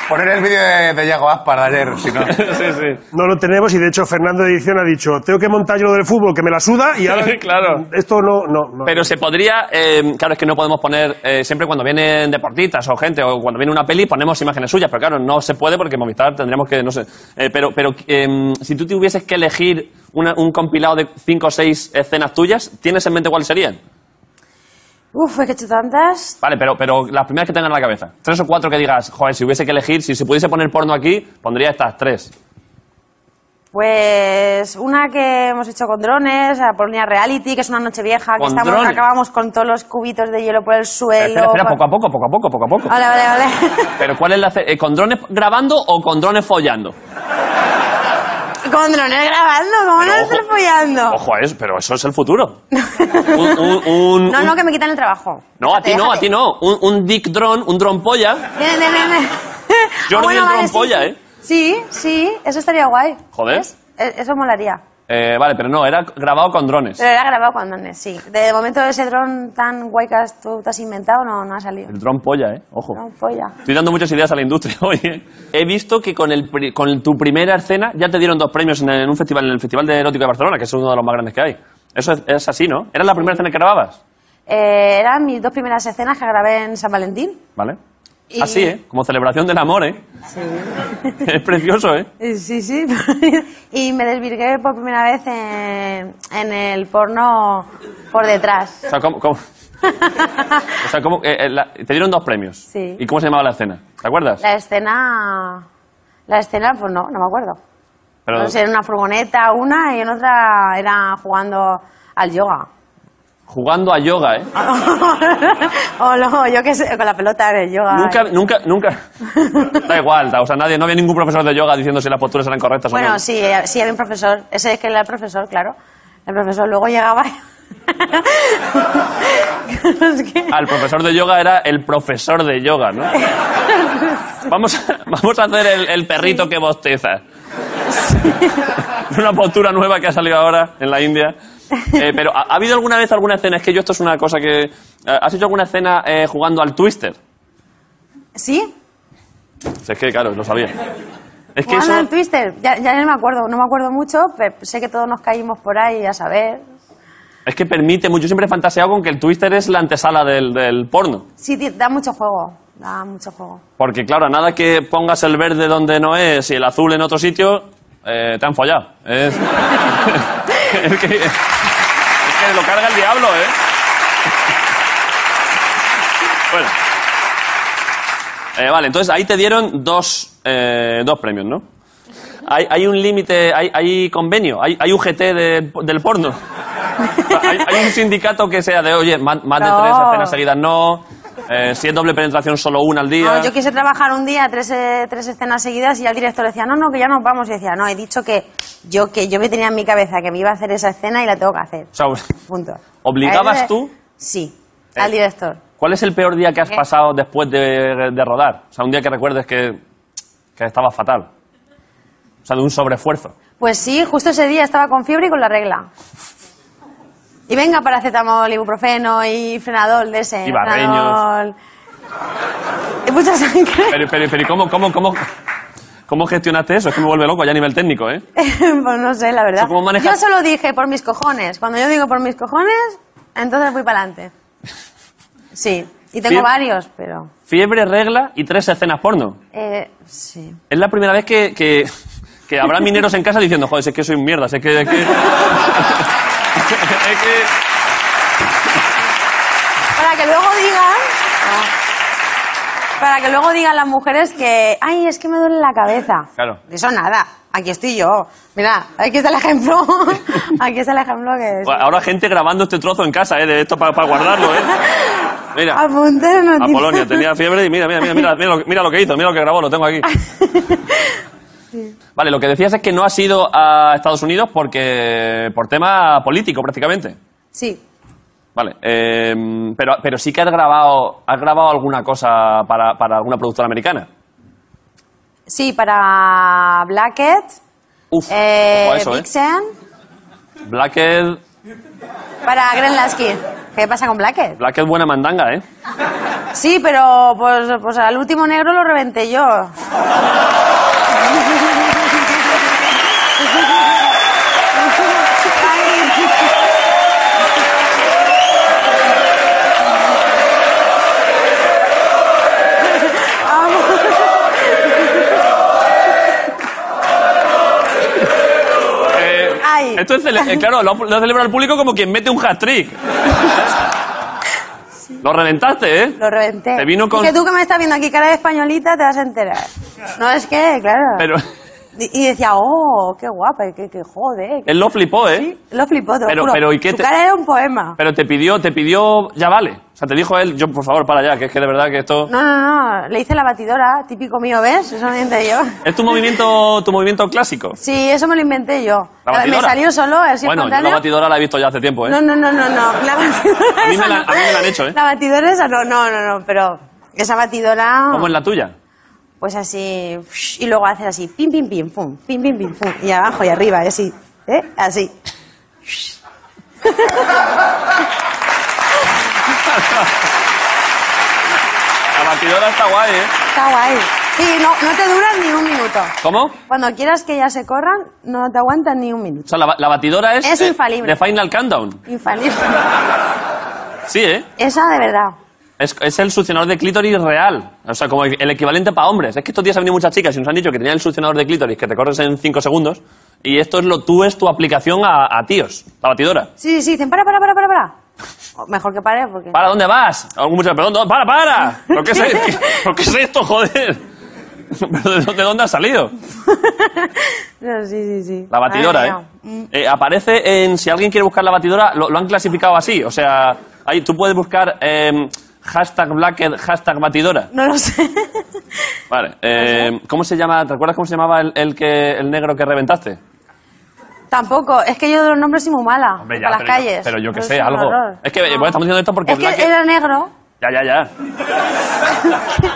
Poner el vídeo de, de Yago Aspar de ayer, si no.
sí, sí.
No lo tenemos y de hecho Fernando de Edición ha dicho, tengo que montar yo lo del fútbol, que me la suda y ahora...
Claro.
Esto no... no, no.
Pero se podría, eh, claro, es que no podemos poner, eh, siempre cuando vienen deportistas o gente, o cuando viene una peli, ponemos imágenes suyas, pero claro, no se puede porque Movistar tendríamos que, no sé, Eh, pero, pero eh, si tú tuvieses que elegir una- un compilado de cinco o seis escenas tuyas, ¿tienes en mente cuáles serían?
Uf, es que he hecho tantas.
Vale, pero, pero las primeras que tengan en la cabeza. Tres o cuatro que digas, joder, si hubiese que elegir, si se pudiese poner porno aquí, pondría estas tres.
Pues una que hemos hecho con drones, a Polonia Reality, que es una noche vieja, que
Con
estamos,
drones.
acabamos con todos los cubitos de hielo por el
Espera,
suelo.
espera, espera,
con-
poco a poco, poco a poco, poco a poco.
Vale, vale, vale.
Pero ¿cuál es la... ce- eh, ¿Con drones grabando o con drones follando?
Con drones grabando, ¿cómo
Pero
no
ojo.
estar follando?
Ojo a eso, pero eso es el futuro. Un- un- un-
no, no,
un-
que me quitan el trabajo.
No, a ti no, a ti no. Un, un dick drone, un dron polla.
Ven, ven, ven, ven.
Jordi
Ah,
el
vale,
trompolla,
sí,
¿eh?
Sí, sí, eso estaría guay.
Joder.
¿Ves? E- Eso molaría.
Eh, vale, pero no, era grabado con drones.
Pero era grabado con drones, sí. De momento ese dron tan guay que has- tú te has inventado no, no ha salido.
El dron polla, eh. Ojo.
No, polla.
Estoy dando muchas ideas a la industria hoy. ¿eh? He visto que con, el, pri- con tu primera escena ya te dieron dos premios en, el- en un festival, en el Festival de Erótico de Barcelona, que es uno de los más grandes que hay. Eso es, es así, ¿no? ¿Era la primera escena que grababas?
Eh, eran mis dos primeras escenas que grabé en San Valentín.
¿Vale?
Y-
Así, ¿eh? Como celebración del amor, ¿eh? Es precioso, ¿eh?
Eh, Sí, sí. y me desvirgué por primera vez en, en el porno por detrás.
O sea, ¿cómo, cómo- o sea, cómo- eh, eh, la- te dieron dos premios.
Sí.
¿Y cómo se llamaba la escena? ¿Te acuerdas?
La escena... La escena, pues no, no me acuerdo.
Pero-
No sé, en una furgoneta una y en otra era jugando al yoga.
Jugando a yoga, ¿eh?
o no, yo qué sé, con la pelota de yoga.
Nunca, nunca, nunca. Da igual, da- o sea, nadie, no había ningún profesor de yoga diciendo si las posturas eran correctas o no.
Bueno, sí, eh, sí, había un profesor. Ese es que era el profesor, claro. El profesor luego llegaba... Es que-
Ah, el profesor de yoga era el profesor de yoga, ¿no? Vamos a, vamos a hacer el, el perrito que bosteza. Una postura nueva que ha salido ahora en la India. Eh, pero, ¿ha, ha habido alguna vez alguna escena? Es que yo esto es una cosa que... eh, ¿Has hecho alguna escena eh, jugando al twister?
¿Sí?
Si es que, claro, lo sabía. Es que
Jugando
eso...
al Twister, ya, ya no me acuerdo, no me acuerdo mucho, pero sé que todos nos caímos por ahí, a saber.
Es que permite mucho. Yo siempre he fantaseado con que el twister es la antesala del, del porno.
Sí, ti- da mucho juego, da mucho juego.
Porque, claro, nada que pongas el verde donde no es y el azul en otro sitio, eh, te han follado. Es, es que, es que lo carga el diablo, ¿eh? Bueno. Eh, vale, entonces ahí te dieron dos, eh, dos premios, ¿no? Hay, hay un límite, hay, hay convenio, hay, hay UGT de- del porno. hay, hay un sindicato que sea de, oye, más, más de
No.
tres escenas seguidas no, eh, si es doble penetración solo una al día.
No, Ah, yo quise trabajar un día tres, eh, tres escenas seguidas y ya el director decía, no, no, que ya nos vamos. Y decía, no, he dicho que yo, que yo me tenía en mi cabeza que me iba a hacer esa escena y la tengo que hacer.
O sea,
Punto.
¿obligabas
A él-
tú? Eh.
Sí, al director.
¿Cuál es el peor día que has
¿Qué?
pasado después de, de rodar? O sea, un día que recuerdes que, que estaba fatal. O sea, de un sobreesfuerzo.
Pues sí, justo ese día estaba con fiebre y con la regla. Y venga paracetamol, ibuprofeno y frenadol de ese.
Y barreños.
frenadol. Y mucha sangre.
Pero, pero, pero ¿y cómo, cómo, cómo, cómo gestionaste eso? Es que me vuelve loco ya a nivel técnico, ¿eh?
pues no sé, la verdad.
Eso, ¿cómo manejas?
Yo solo dije por mis cojones. Cuando yo digo por mis cojones, entonces voy para adelante. Sí. Y tengo
Fie-
varios, pero.
Fiebre, regla y tres escenas porno.
eh, sí.
Es la primera vez que, que, que habrá mineros en casa diciendo, joder, si es que soy un mierda, si es que... Es que... es que-
Para que luego digan. Para que luego digan las mujeres que. Ay, es que me duele la cabeza.
Claro.
De eso nada. Aquí estoy yo. Mira, aquí está el ejemplo. aquí está el ejemplo que es.
Bueno, Ahora gente grabando este trozo en casa, ¿eh? De esto para guardarlo, ¿eh? Mira.
Apunté en
A
noticias.
Polonia, tenía fiebre y mira, mira, mira, mira, mira lo, mira lo que hizo, mira lo que grabó, lo tengo aquí. Vale, lo que decías es que no has ido a Estados Unidos porque por tema político prácticamente.
Sí.
Vale, eh, pero, pero sí que has grabado, has grabado alguna cosa para, para alguna productora americana.
Sí, para Blackett.
Uf,
Eh,
ojo a eso, ¿eh?
Vixen.
Blackhead,
Para Gren Lasky. ¿Qué pasa con Blackett?
Blackhead buena mandanga, ¿eh?
Sí, pero pues, pues al último negro lo reventé yo.
Eh,
Ay.
Esto es, cele- eh, claro, lo, ha- lo ha celebrado el público como quien mete un hat-trick. Lo reventaste, ¿eh?
Lo reventé.
Te vino con-
Es que tú que me estás viendo aquí cara de españolita te vas a enterar. No es que, claro.
Pero
Y y decía, oh, qué guapa, qué, qué jode.
él lo flipó, ¿eh?
Lo flipó, te lo
Pero-
juro.
pero, ¿y qué
Su
te-
cara era un poema.
Pero te pidió, te pidió, ya vale. O sea, te dijo él, yo por favor, para allá, que es que de verdad que esto...
No, no, no. Le hice la batidora, típico mío, ¿ves? Eso me inventé yo.
Es tu movimiento, tu movimiento clásico.
Sí, eso me lo inventé yo.
La
A ver,
batidora.
Me salió solo, así
Bueno, yo la
espontáneo.
batidora la he visto ya hace tiempo, ¿eh?
No, no, no, no, no. La batidora
A mí me
esa
la-
no.
a mí me la han hecho, ¿eh?
La batidora esa no, no, no, no, pero esa batidora...
¿Cómo es la tuya?
Pues así, psh, y luego haces así, pim, pim, pim, pum, pim, pim, pim, pum, y abajo y arriba, y así, ¿eh? Así.
La batidora está guay, ¿eh?
Está guay. Sí, no, no te duran ni un minuto.
¿Cómo?
Cuando quieras que ya se corran, no te aguantan ni un
O
minuto.
sea, la, ba- la batidora es...
Es
eh,
infalible.
De Final Countdown.
Infalible.
Sí, ¿eh?
Esa de verdad.
Es, es el succionador de clítoris real. O sea, como el, el equivalente para hombres. Es que estos días han venido muchas chicas y nos han dicho que tenían el succionador de clítoris que te corres en 5 segundos. Y esto es lo, tú es tu aplicación a, a tíos, la batidora.
Sí, sí, sí, dicen, para, para, para, para, para. O mejor que pare porque...
¿Para dónde vas? Algún muchacho, perdón, ¿dó- para, para. ¿Pero qué es, qué- pero qué es esto, joder? ¿Pero de, dó- de dónde ha salido?
No, sí, sí, sí.
La batidora,
Ay,
¿eh?
no. Mm.
Eh, Aparece en. Si alguien quiere buscar la batidora, lo, lo han clasificado así. O sea, ahí tú puedes buscar em, hashtag blacked, hashtag batidora.
No lo sé. Pues
Vale. em, ¿Cómo se llama? ¿Te acuerdas cómo se llamaba el, el que, el negro que reventaste?
Tampoco. Es que yo de los nombres soy muy mala.
Hombre, ya,
para las
pero yo-
calles.
pero yo que
Eso
sé,
es un
algo.
horror.
Es que, eh, bueno, estamos diciendo esto porque
Es que
Black-
era negro.
Ya, ya, ya.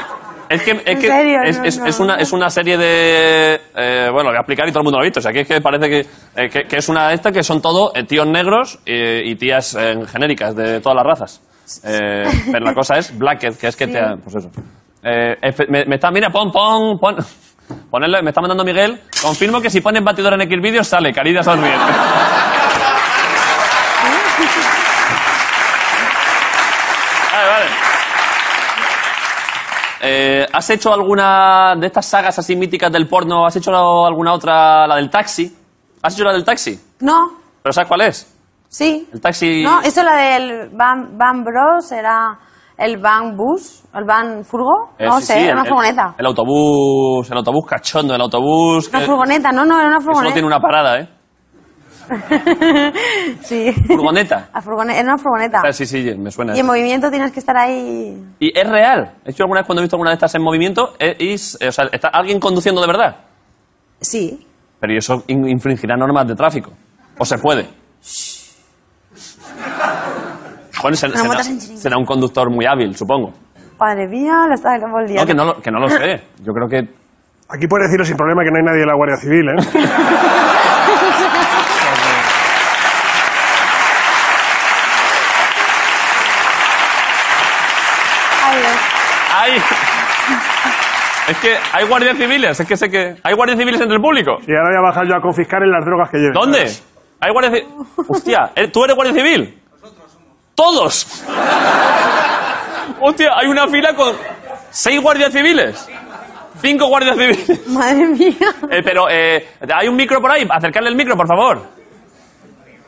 Es que, es,
¿En
que
serio?
es,
No,
es-
no,
es una,
no.
es una serie de... eh, bueno, lo voy a explicar y todo el mundo lo ha visto. O sea, aquí es que parece que, eh, que, que es una de estas que son todo eh, tíos negros eh, y tías eh, genéricas de todas las razas. Eh, pero la cosa es Blackhead, que es que te... ha- Pues eso. Eh, espe- me, me está... Mira, pon, pon, pon... Ponerle, me está mandando Miguel. Confirmo que si pones batidora en X vídeos sale, Carida sonriente. Vale, vale. Eh, ¿Has hecho alguna de estas sagas así míticas del porno? ¿Has hecho alguna otra, la del taxi? ¿Has hecho la del taxi?
No.
¿Pero sabes cuál es?
Sí.
El taxi... eh,
No, eso la del Van, van Bros era el Van Bus, el Van Furgo.
Eh,
no
sí,
sé,
sí,
era
el-
una
el-
furgoneta.
El, autobús, el autobús cachondo, el autobús...
una
que-
furgoneta, no, no, era una
que solo
furgoneta.
tiene una parada, ¿eh?
sí.
Furgoneta.
La furgone- Era una furgoneta.
Ah, sí, sí, me suena.
Y en movimiento tienes que estar ahí.
Y es real. He hecho alguna vez cuando he visto alguna de estas en movimiento, eh, y s- eh, o sea, está alguien conduciendo de verdad.
Sí.
Pero ¿y eso in- infringirá normas de tráfico? ¿O se puede? Bueno, se-
Pero
será,
montas en chiringuito.
será un conductor muy hábil, supongo.
Madre mía, la estaba acabando el día.
No, que no, lo, que no lo sé. Yo creo que...
Aquí puedes decirlo sin problema que no hay nadie de la Guardia Civil, ¿eh?
Ay, Dios.
¡Hay! Es que hay guardias civiles, es que sé que... ¿Hay guardias civiles entre el público?
Y ahora voy a bajar yo a confiscar en las drogas que lleven.
¿Dónde? ¿Hay guardias civiles? Hostia, ¿eh, ¿tú eres guardia civil? Nosotros somos. ¡Todos! Hostia, hay una fila con seis guardias civiles. Cinco guardias civiles.
Madre mía.
Eh, pero, eh, ¿hay un micro por ahí? Acercarle el micro, por favor.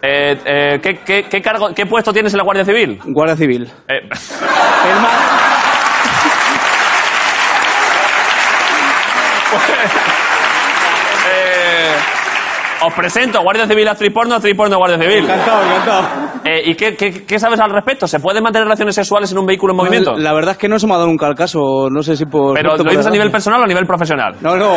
Eh, eh, ¿qué, qué- qué cargo, ¿Qué puesto tienes en la Guardia Civil?
Guardia Civil.
Eh,
El más-
eh, os presento, Guardia Civil a Triporno, a Triporno a Guardia Civil.
Encantado, encantado.
Eh, ¿Y qué, qué- qué sabes al respecto? ¿Se pueden mantener relaciones sexuales en un vehículo en movimiento?
Pues La verdad es que no se me ha dado nunca el caso. No sé si por.
pero,
suerte o
¿lo
por
dices a nivel
desgracia.
personal o a nivel profesional?
No, no.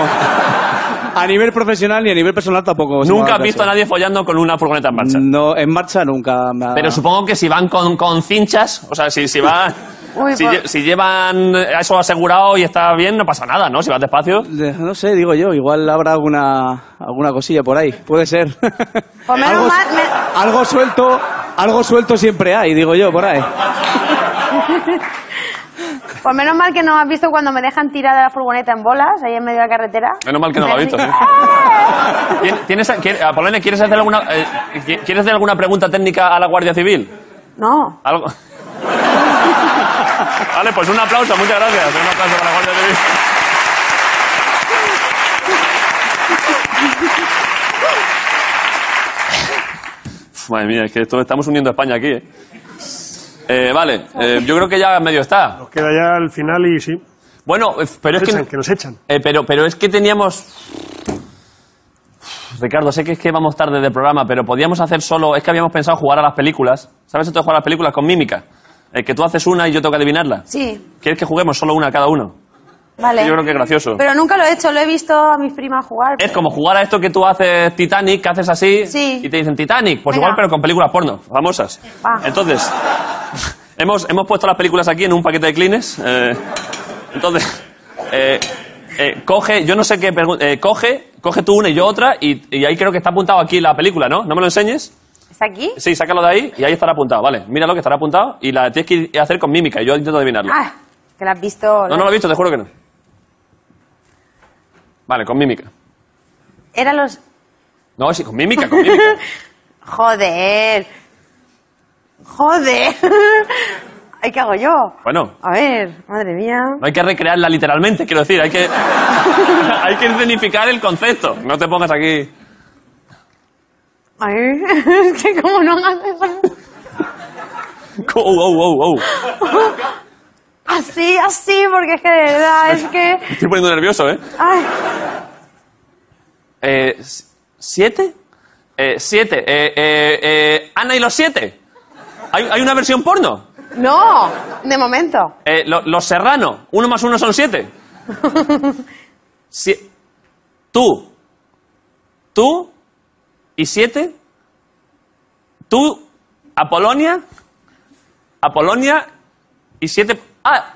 A nivel profesional ni a nivel personal tampoco. se me ha
Nunca
dado
has
el
visto a
caso.
nadie follando con una furgoneta en marcha.
No, en marcha nunca me ha...
Ah.
Pero supongo que si van con, con cinchas, o sea, si, si van...
Uy,
si,
por-
lle- si llevan eso asegurado y está bien, no pasa nada, ¿no? Si vas despacio...
Eh, No sé, digo yo, igual habrá alguna, alguna cosilla por ahí, puede ser.
Pues menos
algo,
mal, me-
algo suelto, algo suelto siempre hay, digo yo, por ahí.
Pues menos mal que no has visto cuando me dejan tirada la furgoneta en bolas ahí en medio de la carretera.
Menos mal que no lo has visto, sí. ¿Tien- ¿Tienes, quiere- Apolonio, ¿quieres hacer alguna eh, qui- quieres hacer alguna pregunta técnica a la Guardia Civil?
No.
Algo. Vale, pues un aplauso, muchas gracias. Un aplauso para la Guardia Civil. Uf, Madre mía, es que esto estamos uniendo a España aquí, ¿eh? Eh, vale, eh, yo creo que ya medio está.
Nos queda ya el final y sí.
Bueno, eh, pero es
Nos
que...
echan, que nos echan.
Eh, pero, pero es que teníamos. Ricardo, sé que es que vamos tarde del programa, pero podíamos hacer solo. Es que habíamos pensado jugar a las películas. ¿Sabes esto de jugar a las películas con mímica? Eh, que tú haces una y yo tengo que adivinarla.
Sí,
¿Quieres que juguemos solo una cada uno?
vale.
Yo creo que es gracioso.
Pero nunca lo he hecho, lo he visto a mis primas jugar.
Es como jugar a esto que tú haces Titanic, que haces así
Sí.
y te dicen Titanic. Pues
Venga.
igual, pero con películas porno, famosas.
Va.
Entonces, hemos, hemos puesto las películas aquí en un paquete de clines. eh, entonces, eh, eh, coge, yo no sé qué pregun- eh, coge, coge tú una y yo otra, y, y ahí creo que está apuntado aquí la película, ¿no? ¿No me lo enseñes?
¿Está aquí?
Sí, sácalo de ahí y ahí estará apuntado, vale. Míralo que estará apuntado y la tienes que ir- hacer con mímica y yo intento adivinarlo.
Ah, que la has visto.
no, no lo he visto, te juro que no. Vale, con mímica.
Era los.
No, sí, con mímica, con mímica.
Joder. Joder. Ay, ¿Qué hago yo?
Bueno.
A ver, madre mía.
No hay que recrearla literalmente, quiero decir, hay que, hay que escenificar el concepto. No te pongas aquí.
Ay, es que como no hagas eso.
Oh, oh, oh, oh.
Así, así, porque es que de verdad, es que.
Estoy poniendo nervioso, ¿eh?
Ay,
eh s- ¿Siete? Eh, siete. Eh, eh, eh, Ana y los siete. ¿Hay, hay una versión porno?
no, de momento.
Eh, lo- los Serrano. Uno más uno son siete. Si- tú. Tú. ¿Y siete? Tú. Apolonia. Apolonia. Y siete. ¡Ah!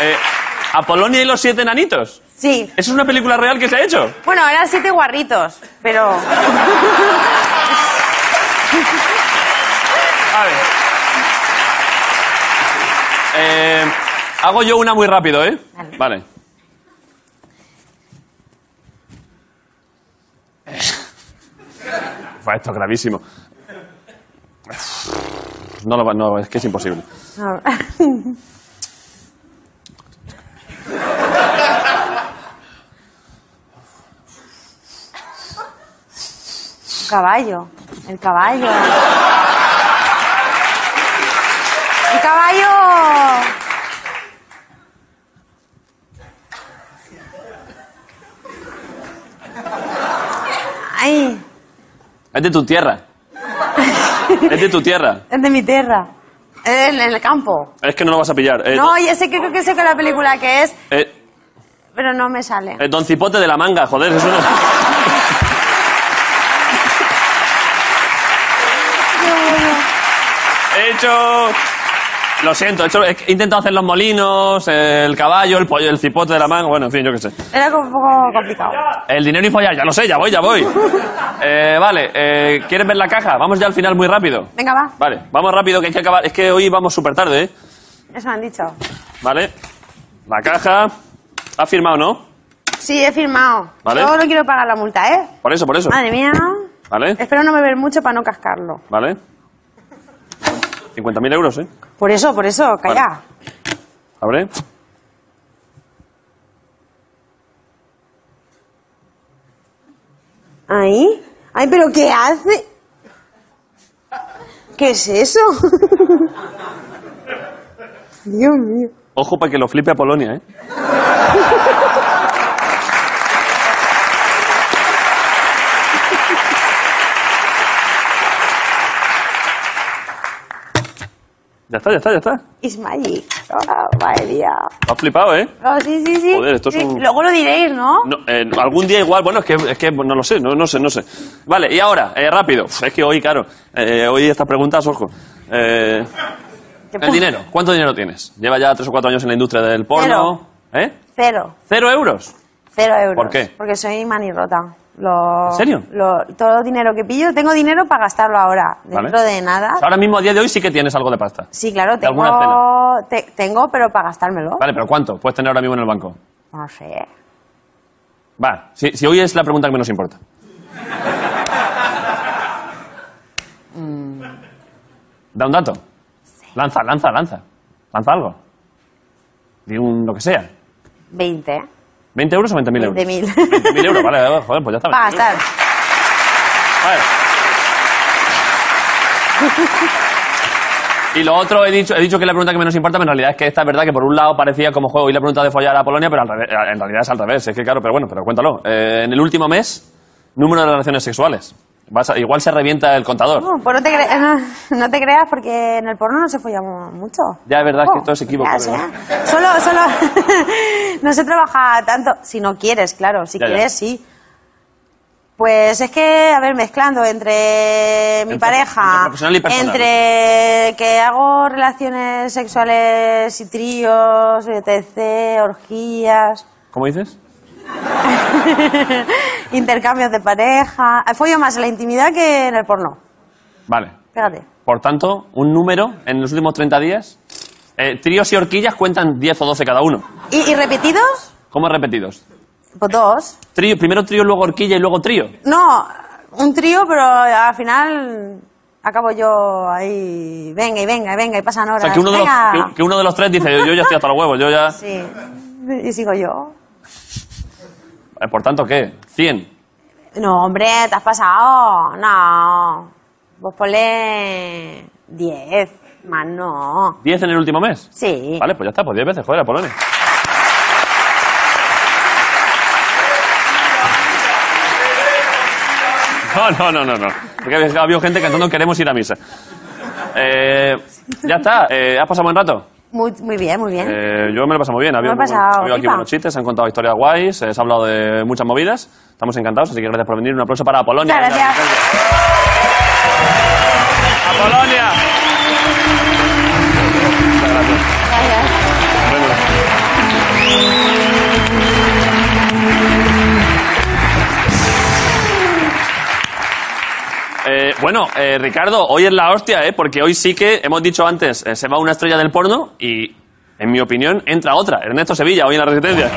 Eh, Apolonia y los siete enanitos.
Sí.
¿Eso es una película real que se ha hecho?
Bueno, eran siete guarritos, pero.
A ver. Eh, hago yo una muy rápido, ¿eh?
Vale.
Vale. Fue esto es gravísimo. No lo va- no, es que es imposible.
No. Caballo, el caballo. El caballo. Ay,
Es de tu tierra. Es de tu tierra.
es de mi tierra. Es En el campo.
Es que no lo vas a pillar. Eh,
No, ya sé que creo que sé que la película que es,
eh,
pero no me sale.
eh, Don Cipote de la manga, joder, eso no. He hecho. Lo siento, he, hecho- he intentado hacer los molinos, el caballo, el pollo, el cipote de la manga, bueno, en fin, yo qué sé.
Era como un poco complicado.
El dinero y follar, ya lo sé, ya voy, ya voy. Eh, vale, eh, ¿quieres ver la caja? Vamos ya al final muy rápido.
Venga, va.
Vale, vamos rápido, que hay que acabar. Es que hoy vamos súper tarde, ¿eh?
Eso me han dicho.
Vale. La caja. Ha firmado, ¿no?
Sí, he firmado.
Vale.
Yo no quiero pagar la multa, ¿eh?
Por eso, por eso.
Madre mía.
Vale,
Espero no beber mucho para no cascarlo.
vale. 50.000 euros, ¿eh?
Por eso, por eso, calla.
Abre.
Ahí. Ay, pero ¿qué hace? ¿Qué es eso? Dios mío.
Ojo para que lo flipe a Polonia, ¿eh? Ya está, ya está, ya está. Lo
It's magic. Oh, madre mía.
has flipado, ¿eh?
Oh, sí, sí, sí.
Joder, esto es
Sí,
un-
Luego lo diréis, ¿no?
No, eh, algún día igual, bueno, es que, es que no lo sé, no, no sé, no sé. Vale, y ahora, eh, rápido. Es que hoy, claro, eh, hoy estas preguntas, ojo. Eh,
Te
el
pongo-
dinero, ¿cuánto dinero tienes? Lleva ya tres o cuatro años en la industria del porno. ¿Eh?
Cero.
¿Cero euros?
Cero euros.
¿Por qué?
Porque soy manirrota. Lo,
¿En serio?
Lo, todo dinero que pillo, tengo dinero para gastarlo ahora.
¿Vale?
Dentro de nada.
O sea, Ahora mismo, a día de hoy, sí que tienes algo de pasta.
Sí, claro,
¿De alguna
tengo, te- tengo, pero para gastármelo.
Vale, pero ¿cuánto puedes tener ahora mismo en el banco?
No sé.
Va, si, si hoy es la pregunta que menos importa.
Mm.
Da un dato. Lanza, lanza, lanza. Lanza algo. Di un lo que sea.
20.
¿20 euros o 20.000 euros?
20.000.
20.000 euros, vale, vale, joder, pues ya está.
Para gastar.
Vale. Y lo otro, he dicho, he dicho que es la pregunta que menos importa, pero en realidad es que esta es verdad que por un lado parecía como juego y la pregunta de follar a Polonia, pero al revés- eh, en realidad es al revés. Es que claro, pero bueno, pero cuéntalo. Eh, en el último mes, número de relaciones sexuales. Vas a- igual se revienta el contador.
No, pues no te, cre- no, no te creas porque en el porno no se folla mu- mucho.
Ya, es verdad que
Oh,
esto es equívoco,
ya sé.
¿verdad?
Solo, solo... no se trabaja tanto. Si no quieres, claro. Si
Ya, ya.
quieres, sí. Pues es que, a ver, mezclando entre mi
Entre- entre
pareja,
profesional y personal.
entre que hago relaciones sexuales y tríos, etc., orgías,
¿Cómo dices?
intercambios de pareja. eh, Follo más en la intimidad que en el porno.
Vale.
Fíjate.
Por tanto, un número en los últimos 30 días. Eh, tríos y horquillas cuentan 10 o 12 cada uno.
¿Y, y repetidos?
¿Cómo repetidos?
Pues dos.
Trío, primero trío, luego horquilla y luego trío.
No, un trío, pero al final acabo yo ahí. Venga y venga y venga y pasan
O
horas.
sea, que uno, de los,
venga.
que, que uno de los tres dice, yo ya estoy hasta los huevos, yo ya...
Sí. Y sigo yo.
Eh, Por tanto, ¿qué? 100.
No, hombre, te has pasado. No. Vos ponle 10. Más no.
10 en el último mes.
Sí.
Vale, pues ya está, pues 10 veces, joder, Apolonia. No, no, no, no, no. Porque había, había gente cantando Queremos ir a misa. Eh, ya está, eh, ¿has pasado buen rato?
Muy, muy bien, muy bien.
Eh, yo me lo he pasado muy bien. Ha habido,
Me lo he
muy buen-
pasado
ha habido aquí
pipa.
buenos chistes, se han contado historias guays, eh, se ha hablado de muchas movidas. Estamos encantados, así que gracias por venir. Un aplauso para Apolonia.
Muchas
gracias. ¡Apolonia! Muchas gracias. Bueno. Eh, bueno, eh, Ricardo, hoy es la hostia, ¿eh? Porque hoy sí que, hemos dicho antes, eh, se va una estrella del porno y, en mi opinión, entra otra. Ernesto Sevilla, hoy en La Resistencia.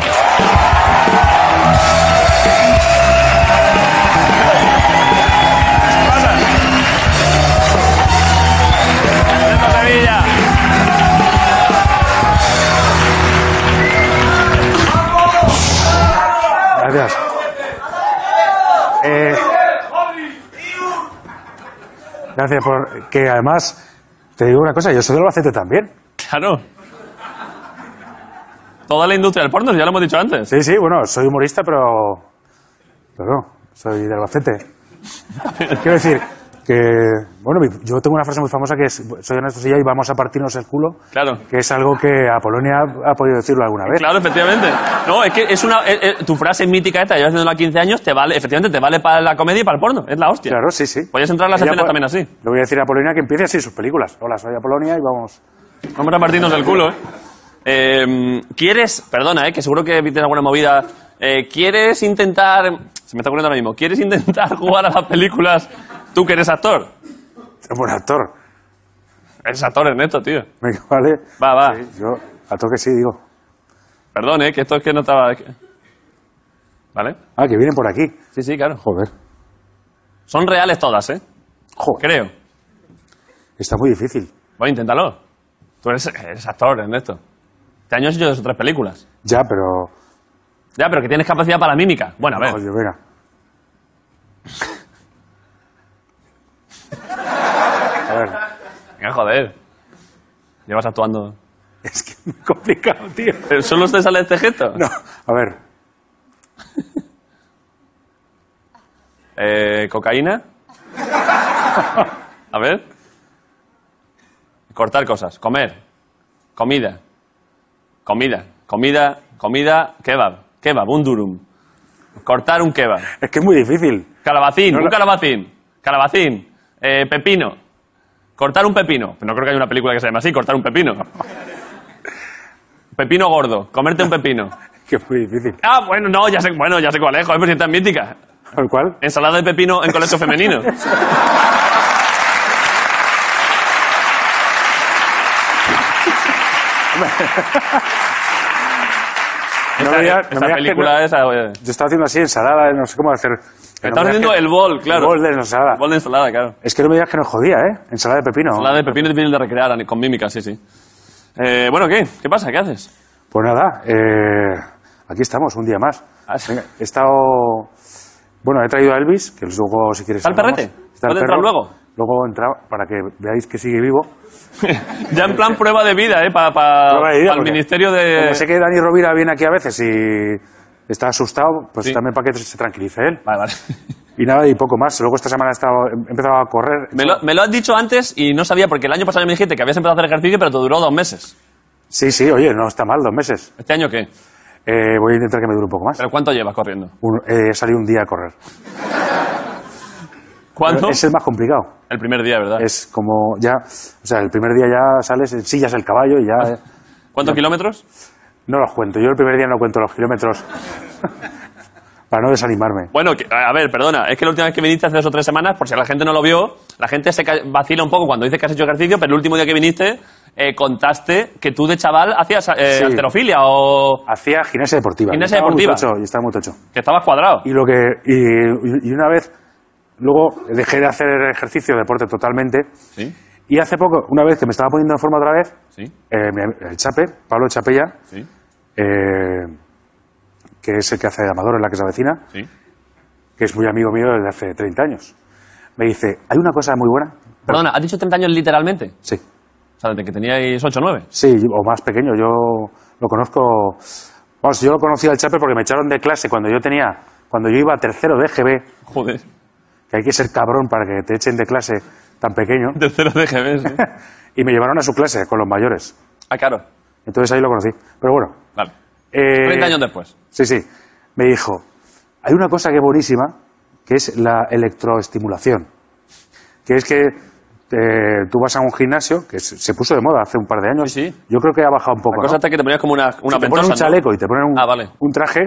¿Qué pasa? Ernesto Sevilla.
Gracias. Eh, gracias por que además te digo una cosa, yo soy de Albacete también.
Claro. Toda la industria del porno, si ya lo hemos dicho antes.
Sí, sí, bueno, soy humorista, pero pero no, soy de Albacete. Quiero decir que bueno, mi- yo tengo una frase muy famosa que es soy Ernesto Silla y vamos a partirnos el culo,
Claro.
que es algo que Apolonia ha podido decirlo alguna vez.
Claro, efectivamente. No, es que es una. eh, eh, tu frase mítica esta, llevas haciéndola 15 años, te vale, efectivamente, te vale para la comedia y para el porno. Es la hostia.
Claro, sí, sí.
Podías entrar a las
Ella
escenas
po-
también así.
Le voy a decir a Apolonia que empiece así sus películas. Hola, soy Apolonia y vamos.
Vamos a partirnos el culo, ¿eh? Eh, ¿Quieres. Perdona, ¿eh? Que seguro que tienes alguna movida. Eh, ¿Quieres intentar. Se me está ocurriendo ahora mismo. ¿Quieres intentar jugar a las películas tú que eres actor?
Buen actor.
Eres actor, Ernesto, tío.
Venga, vale.
Va, va.
Sí, yo a toque sí digo.
Perdón, ¿eh? Que esto es que no estaba. ¿Vale?
Ah, que vienen por aquí.
Sí, sí, claro.
Joder.
Son reales todas, ¿eh?
Joder.
Creo.
Está muy difícil.
Voy, inténtalo. Tú eres, eres actor, Ernesto. Este año has hecho dos o tres películas.
Ya, pero.
Ya, pero que tienes capacidad para la mímica. Bueno, a ver.
Joder, venga. A ver,
Venga, joder. Llevas actuando.
es que es muy complicado, tío.
¿Pero ¿Solo te sale este gesto?
No, a ver,
Eh, ¿Cocaína? A ver. Cortar cosas. Comer. Comida. Comida. Comida. Comida. Kebab. Kebab. Un durum. Cortar un kebab.
es que es muy difícil.
Calabacín,
No,
un
la-
calabacín. Calabacín. Eh, pepino. Cortar un pepino. Pero no creo que haya una película que se llame así, cortar un pepino. Pepino gordo, comerte un pepino.
Es que es muy difícil.
Ah, bueno, no, ya sé, bueno, ya sé cuál es, joder, pero si es tan mítica.
¿Al cual?
Ensalada de pepino en colegio femenino.
No
Esta,
me digas-
esta
no me digas que
película
no-
esa, oye.
Yo estaba haciendo así ensalada, no sé cómo hacer. que
Estamos
no me digas
haciendo
que-
el bol, claro.
El bol de ensalada.
El bol de ensalada, claro.
Es que no me digas que nos jodía, ¿eh? Ensalada de pepino.
Ensalada de pepino es difícil de recrear con mímica, sí, sí. Eh, bueno, ¿qué? ¿Qué pasa? ¿Qué haces?
Pues nada, eh, aquí estamos, un día más.
Ah, sí.
Venga, he estado. Bueno, he traído a Elvis, que luego, si quieres.
¿Está el
hablamos.
perrete?
Está el
¿Puede
perro.
entrar luego?
Luego entra para que veáis que sigue vivo.
ya en plan prueba de vida, ¿eh? Para
Prueba de vida,
el
porque
Ministerio
Como
de...
sé que Dani Rovira viene aquí a veces y está asustado, pues
Sí.
también para que se tranquilice él.
Vale, vale.
Y nada, y poco más. Luego esta semana he, estado, he empezado a correr.
Me lo, me lo has dicho antes y no sabía, porque el año pasado me dijiste que habías empezado a hacer ejercicio, pero te duró dos meses.
Sí, sí, oye, no está mal, dos meses.
¿Este año qué?
Eh, voy a intentar que me dure un poco más.
¿Pero cuánto llevas corriendo?
Un- eh, salí un día a correr.
¿Cuánto?
Es el más complicado.
El primer día, ¿verdad?
Es como ya, o sea, el primer día ya sales, sillas el caballo y ya. eh,
¿Cuántos kilómetros?
No los cuento, yo el primer día no cuento los kilómetros. Para no desanimarme.
Bueno, que- a ver, perdona, es que la última vez que viniste hace dos o tres semanas, por si la gente no lo vio, la gente se ca- vacila un poco cuando dices que has hecho ejercicio, pero el último día que viniste eh, contaste que tú de chaval hacías eh,
Sí.
halterofilia o
Hacía gimnasia deportiva.
Gimnasia
Yo estaba muy
deportiva.
tocho, y estaba muy tocho.
que estabas cuadrado.
Y lo que y, y una vez luego dejé de hacer ejercicio, deporte totalmente.
Sí,
Y hace poco, una vez que me estaba poniendo en forma otra vez,
sí,
eh, mi am- el Chape, Pablo Chapella,
sí,
eh, que es el que hace de Amador en la que se avecina,
sí.
que es muy amigo mío desde hace 30 años. Me dice, hay una cosa muy buena.
Perdona, ¿has dicho 30 años literalmente?
Sí,
O sea, desde que teníais 8 o 9.
sí, yo- o más pequeño. Yo lo conozco. Vamos, yo conocí al Chape porque me echaron de clase cuando yo tenía, cuando yo iba a tercero de GB,
Joder,
que hay que ser cabrón para que te echen de clase tan pequeño.
tercero de GB, sí.
y me llevaron a su clase con los mayores.
Ah, claro.
Entonces ahí lo conocí. Pero bueno.
Vale.
eh,
30 años después.
Sí, sí. Me dijo, hay una cosa que es buenísima, que es la electroestimulación. Que es que eh, tú vas a un gimnasio, que se se puso de moda hace un par de años.
Sí, sí.
Yo creo que ha bajado un poco.
La cosa
¿no?
está que te ponías como una, una
Sí, te ponen
ventosa,
un
¿no?
chaleco y te ponen un,
Ah, vale.
un traje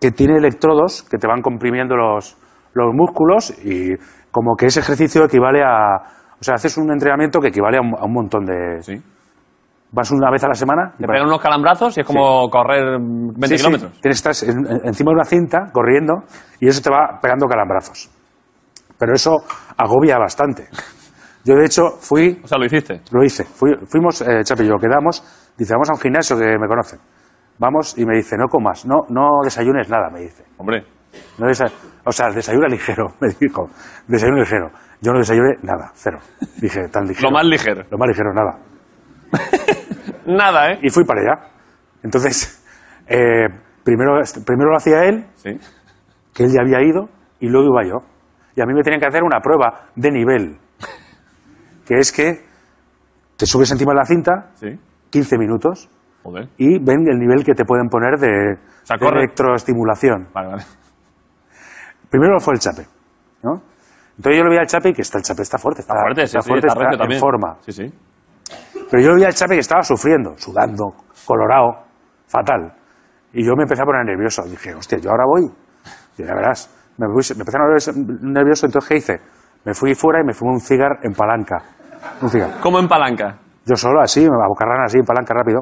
que tiene electrodos que te van comprimiendo los, los músculos y como que ese ejercicio equivale a... O sea, haces un entrenamiento que equivale a un, a un montón de...
Sí.
Vas una vez a la semana. y
Te
vas-
pegan unos calambrazos y es como correr mm, 20
Sí, sí.
kilómetros.
Tienes, estás en- en- encima de una cinta corriendo y eso te va pegando calambrazos. Pero eso agobia bastante. Yo, de hecho, fui,
O sea, lo hiciste.
lo hice. Fui- fuimos, eh, Chapi y yo, quedamos, dice, vamos a un gimnasio que me conocen. Vamos, y me dice, no comas, no, no desayunes nada, me dice.
Hombre.
No desa- o sea, desayuna ligero, me dijo. Desayuno ligero. Yo no desayuné nada, cero. Dije, tan ligero.
Lo más ligero.
Lo más ligero, nada.
Nada, ¿eh?
Y fui para allá. Entonces, eh, primero, primero lo hacía él,
Sí.
que él ya había ido y luego iba yo. Y a mí me tenían que hacer una prueba de nivel, que es que te subes encima de la cinta
Sí.
15 minutos
Joder.
y ven el nivel que te pueden poner de,
sea,
de
corre.
electroestimulación.
Vale, vale.
Primero fue el chape, ¿no? Entonces yo lo vi al chape y que está el chape está fuerte, está,
Está fuerte, sí,
está
sí,
fuerte,
está recio
está en
también.
forma.
Sí, sí.
Pero yo vi al chape que estaba sufriendo, sudando, colorado, fatal. Y yo me empecé a poner nervioso. Dije, hostia, yo ahora voy. Y ya verás. Me, puse- me empecé a poner nervioso, entonces ¿qué hice? Me fui fuera y me fumé un cigar en palanca. Un cigar.
Como en palanca.
Yo solo, así, a bocarrana, así, en palanca, rápido.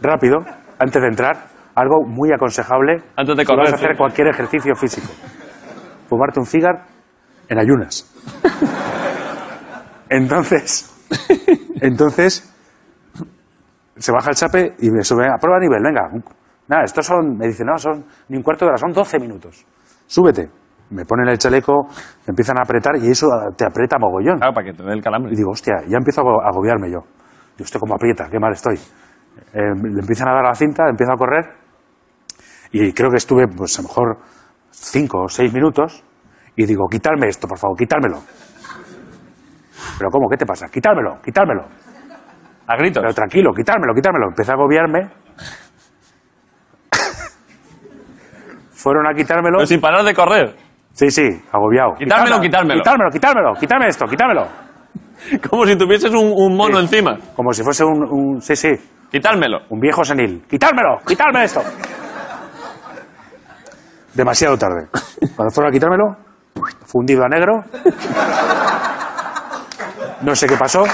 Rápido, antes de entrar. Algo muy aconsejable.
Antes de
si vas
correr,
a hacer
sí.
cualquier ejercicio físico. Fumarte un cigar en ayunas. Entonces, entonces, se baja el chape y me sube a prueba de nivel, venga. un- Nada, estos son, me dice, no, son ni un cuarto de hora, son 12 minutos. Súbete. Me ponen el chaleco, me empiezan a apretar y eso ah, te aprieta mogollón.
Claro, para que te dé el calambre.
Y digo, hostia, ya empiezo a ago- a agobiarme yo. Digo, esto como aprieta, qué mal estoy. Eh, le empiezan a dar a la cinta, empiezo a correr y creo que estuve, pues a lo mejor, cinco o seis minutos y digo, quitarme esto, por favor, quitármelo. Pero ¿cómo? ¿Qué te pasa? Quitármelo, quitármelo.
A gritos.
Pero tranquilo, quitármelo, quitármelo. Empecé a agobiarme. Fueron a quitármelo.
Pero sin parar de correr.
Sí, sí, agobiado.
Quitármelo, quitármelo.
Quitármelo, quitármelo, quitármelo esto, quitármelo.
Como si tuvieses un, un mono
Sí.
encima.
Como si fuese un- un sí, sí,
Quitármelo.
un viejo senil. ¡Quitármelo! ¡Quitármelo esto! Demasiado tarde. Cuando fueron a quitármelo, fundido a negro. No sé qué pasó.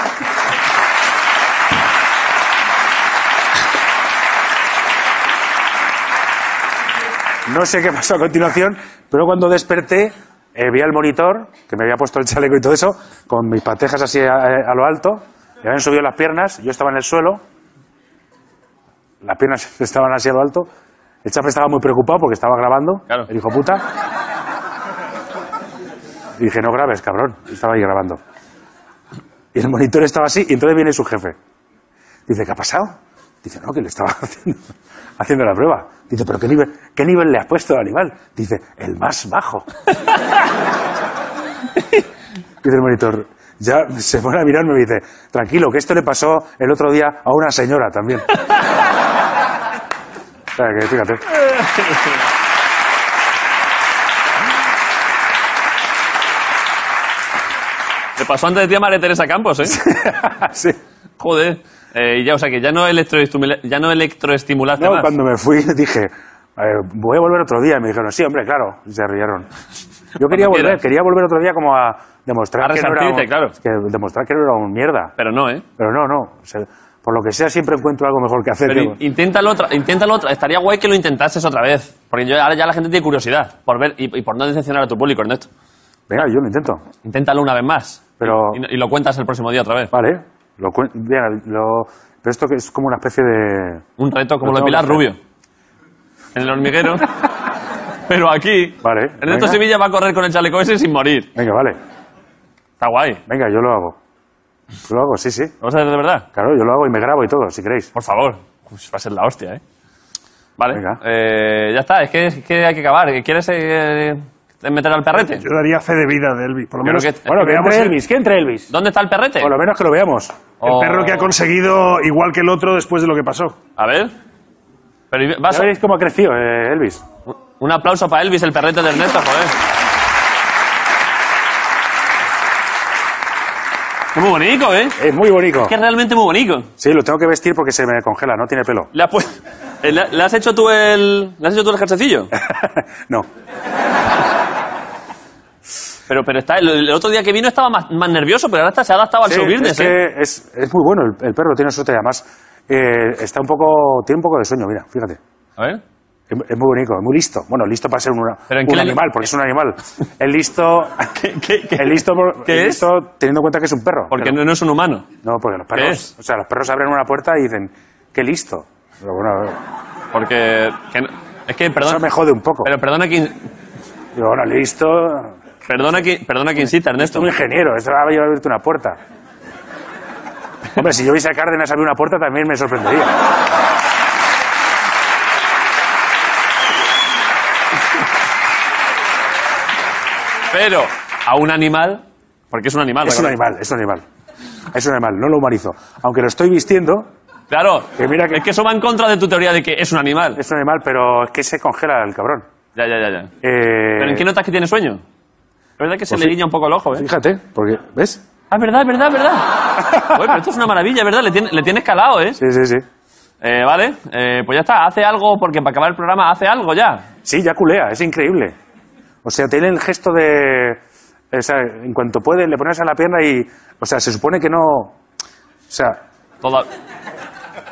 No sé qué pasó a continuación, pero cuando desperté, eh, vi al monitor, que me había puesto el chaleco y todo eso, con mis patejas así a, a lo alto, le habían subido las piernas, yo estaba en el suelo, las piernas estaban así a lo alto. El chape estaba muy preocupado porque estaba grabando.
Claro.
El hijo puta. Y dije, no grabes, cabrón. Y Estaba ahí grabando. Y el monitor estaba así y entonces viene su jefe. Dice, ¿qué ha pasado? Dice, no, que le estaba haciendo, haciendo la prueba. Dice, ¿pero qué nivel, qué nivel le has puesto al animal? Dice, el más bajo. Dice el monitor, ya se pone a mirarme y me dice, tranquilo, que esto le pasó el otro día a una señora también. O sea, que fíjate.
Te pasó antes de ti a María Teresa Campos, ¿eh?
sí.
Joder. Eh, ya, o sea, que ya no, electroestimula- ya no electroestimulaste
No,
más.
cuando me fui dije, "Eh, voy a volver otro día. Y me dijeron, sí, hombre, claro. Y se rieron. Yo quería volver,
quieras.
quería volver otro día como a demostrar
A
que no era un,
resarcirte, claro.
que demostrar que no era un mierda.
Pero no, ¿eh?
Pero no, no. o sea, por lo que sea, siempre encuentro algo mejor que hacer.
Pero
que-
in- inténtalo otra, inténtalo otra. Estaría guay que lo intentases otra vez. Porque yo- ahora ya la gente tiene curiosidad por ver y, y por no decepcionar a tu público, Ernesto.
Venga, yo lo intento.
Inténtalo una vez más.
Pero-
Y, y lo cuentas el próximo día otra vez.
Vale. Lo, cuen- venga, lo- pero esto que es como una especie de...
Un reto como lo de
Lo tengo
Pilar
que
Rubio. En el hormiguero. Pero aquí.
Vale,
Ernesto
venga.
Sevilla va a correr con el chaleco ese sin morir.
Venga, vale.
Está guay.
Venga, yo lo hago. Yo lo hago, sí, sí.
¿Lo vas a hacer de verdad?
Claro, yo lo hago y me grabo y todo, si queréis.
Por favor. Pues va a ser la hostia, ¿eh? Vale.
Venga.
Eh, ya está. Es que, es que hay que acabar. ¿Quieres eh, meter al perrete?
Yo daría fe de vida de Elvis. Por lo
Creo
menos
que- es
Bueno, que
veamos
entre
el-
Elvis, que entre Elvis.
¿Dónde está el perrete?
Por lo menos que lo veamos.
El
O-
perro que ha conseguido igual que el otro después de lo que pasó.
A ver. Pero ¿y vas a-
Ya veréis cómo ha crecido eh, Elvis.
Un aplauso para Elvis, el perrete de Ernesto, joder. Muy bonito, ¿eh?
Es muy bonito.
que es realmente muy bonito.
Sí, lo tengo que vestir porque se me congela, no tiene pelo.
¿Le has, pu- eh, le- le has hecho tú el, ¿le has hecho tú el ejercicio?
no.
Pero, pero está, el, el otro día que vino estaba más, más nervioso, pero ahora está, se ha adaptado al
Sí,
showbusiness,
es, que
¿eh?
es, es muy bueno el, el perro, tiene suerte. Además, eh, está un poco, tiene un poco de sueño, mira, fíjate.
A ver.
Es, es muy bonito, es muy listo. Bueno, listo para ser un,
¿Pero en
un
qué le-
animal, porque es un animal. El listo...
¿Qué, qué, qué-
El listo, por-
¿Qué
el
es?
listo teniendo en cuenta que es un perro.
Porque
Pero-
no, no es un humano.
no, porque los
¿Qué
perros...
es?
O sea, los perros abren una puerta y dicen, qué listo. Pero bueno,
Porque. que no- es que,
eso
perdón.
me jode un poco.
Pero perdona que,
Digo, bueno, listo...
perdona que, perdona que insista,
Es
Ernesto.
un ingeniero, esto va a abrirte una puerta. Hombre, si yo viese a Cárdenas abrir una puerta también me sorprendería.
Ah, Pero a un animal. Porque es un animal,
Es un
recordad.
animal, es un animal. Es un animal, no lo humanizo. Aunque lo estoy vistiendo,
Claro.
Que mira que-
Es que eso va en contra de tu teoría de que es un animal.
es un animal, pero es que se congela el cabrón.
Ya, ya, ya. ya.
Eh,
¿Pero en qué notas que tiene sueño? Es verdad que se
Pues
le
sí.
guiña un poco el ojo, ¿eh?
Fíjate, porque, ¿ves?
Ah, es verdad, es verdad, es verdad. Oye, pero esto es una maravilla, es ¿verdad? Le tiene, le tiene escalado, ¿eh?
Sí, sí, sí.
Eh, Vale, eh, pues ya está. Hace algo, porque para acabar el programa hace algo ya.
Sí, ya culea, es increíble. O sea, tiene el gesto de... O sea, en cuanto puede, le pones a la pierna y... O sea, se supone que no... O sea,
Toda-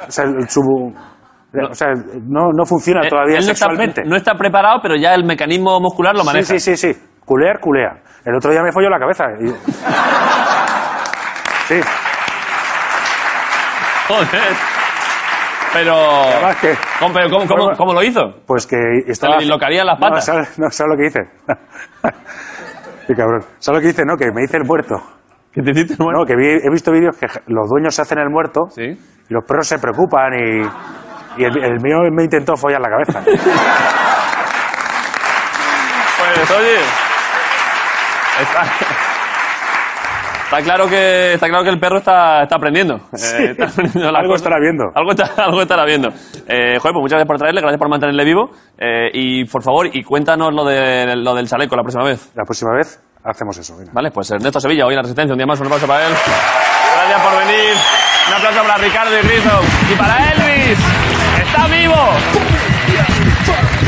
o sea, el- su... o sea, no, no funciona
Eh,
todavía
él no está,
sexualmente.
no está preparado, pero ya el mecanismo muscular lo maneja.
Sí, sí, sí, sí. Culear, culea. El otro día me folló la cabeza. y- Sí,
Joder. Pero...
además que...
¿Cómo, pero cómo- cómo- cómo lo hizo?
Pues que estaba...
Se le dislocarían las patas.
No, ¿sabes, no, ¿sabes lo que hice? Qué cabrón. ¿Sabes lo que hice? No, que me hice el muerto.
¿Qué te hiciste,
No, que vi- he visto vídeos que los dueños se hacen el muerto
Sí.
y los perros se preocupan y, y el, el mío me intentó follar la cabeza.
Pues oye. Está, está claro que, está claro que el perro está, está aprendiendo. Eh, está aprendiendo las
algo
cosas.
estará viendo.
Algo, está- algo estará viendo. Eh, joder, pues muchas gracias por traerle, gracias por mantenerle vivo. Eh, y por favor, y cuéntanos lo, de, lo del chaleco la próxima vez.
La próxima vez hacemos eso. venga.
Vale, pues Ernesto Sevilla, hoy en la Resistencia, un día más, un aplauso para él. Gracias por venir. Un aplauso para Ricardo y Rizzo. Y para Elvis. ¡Está vivo!
Fuck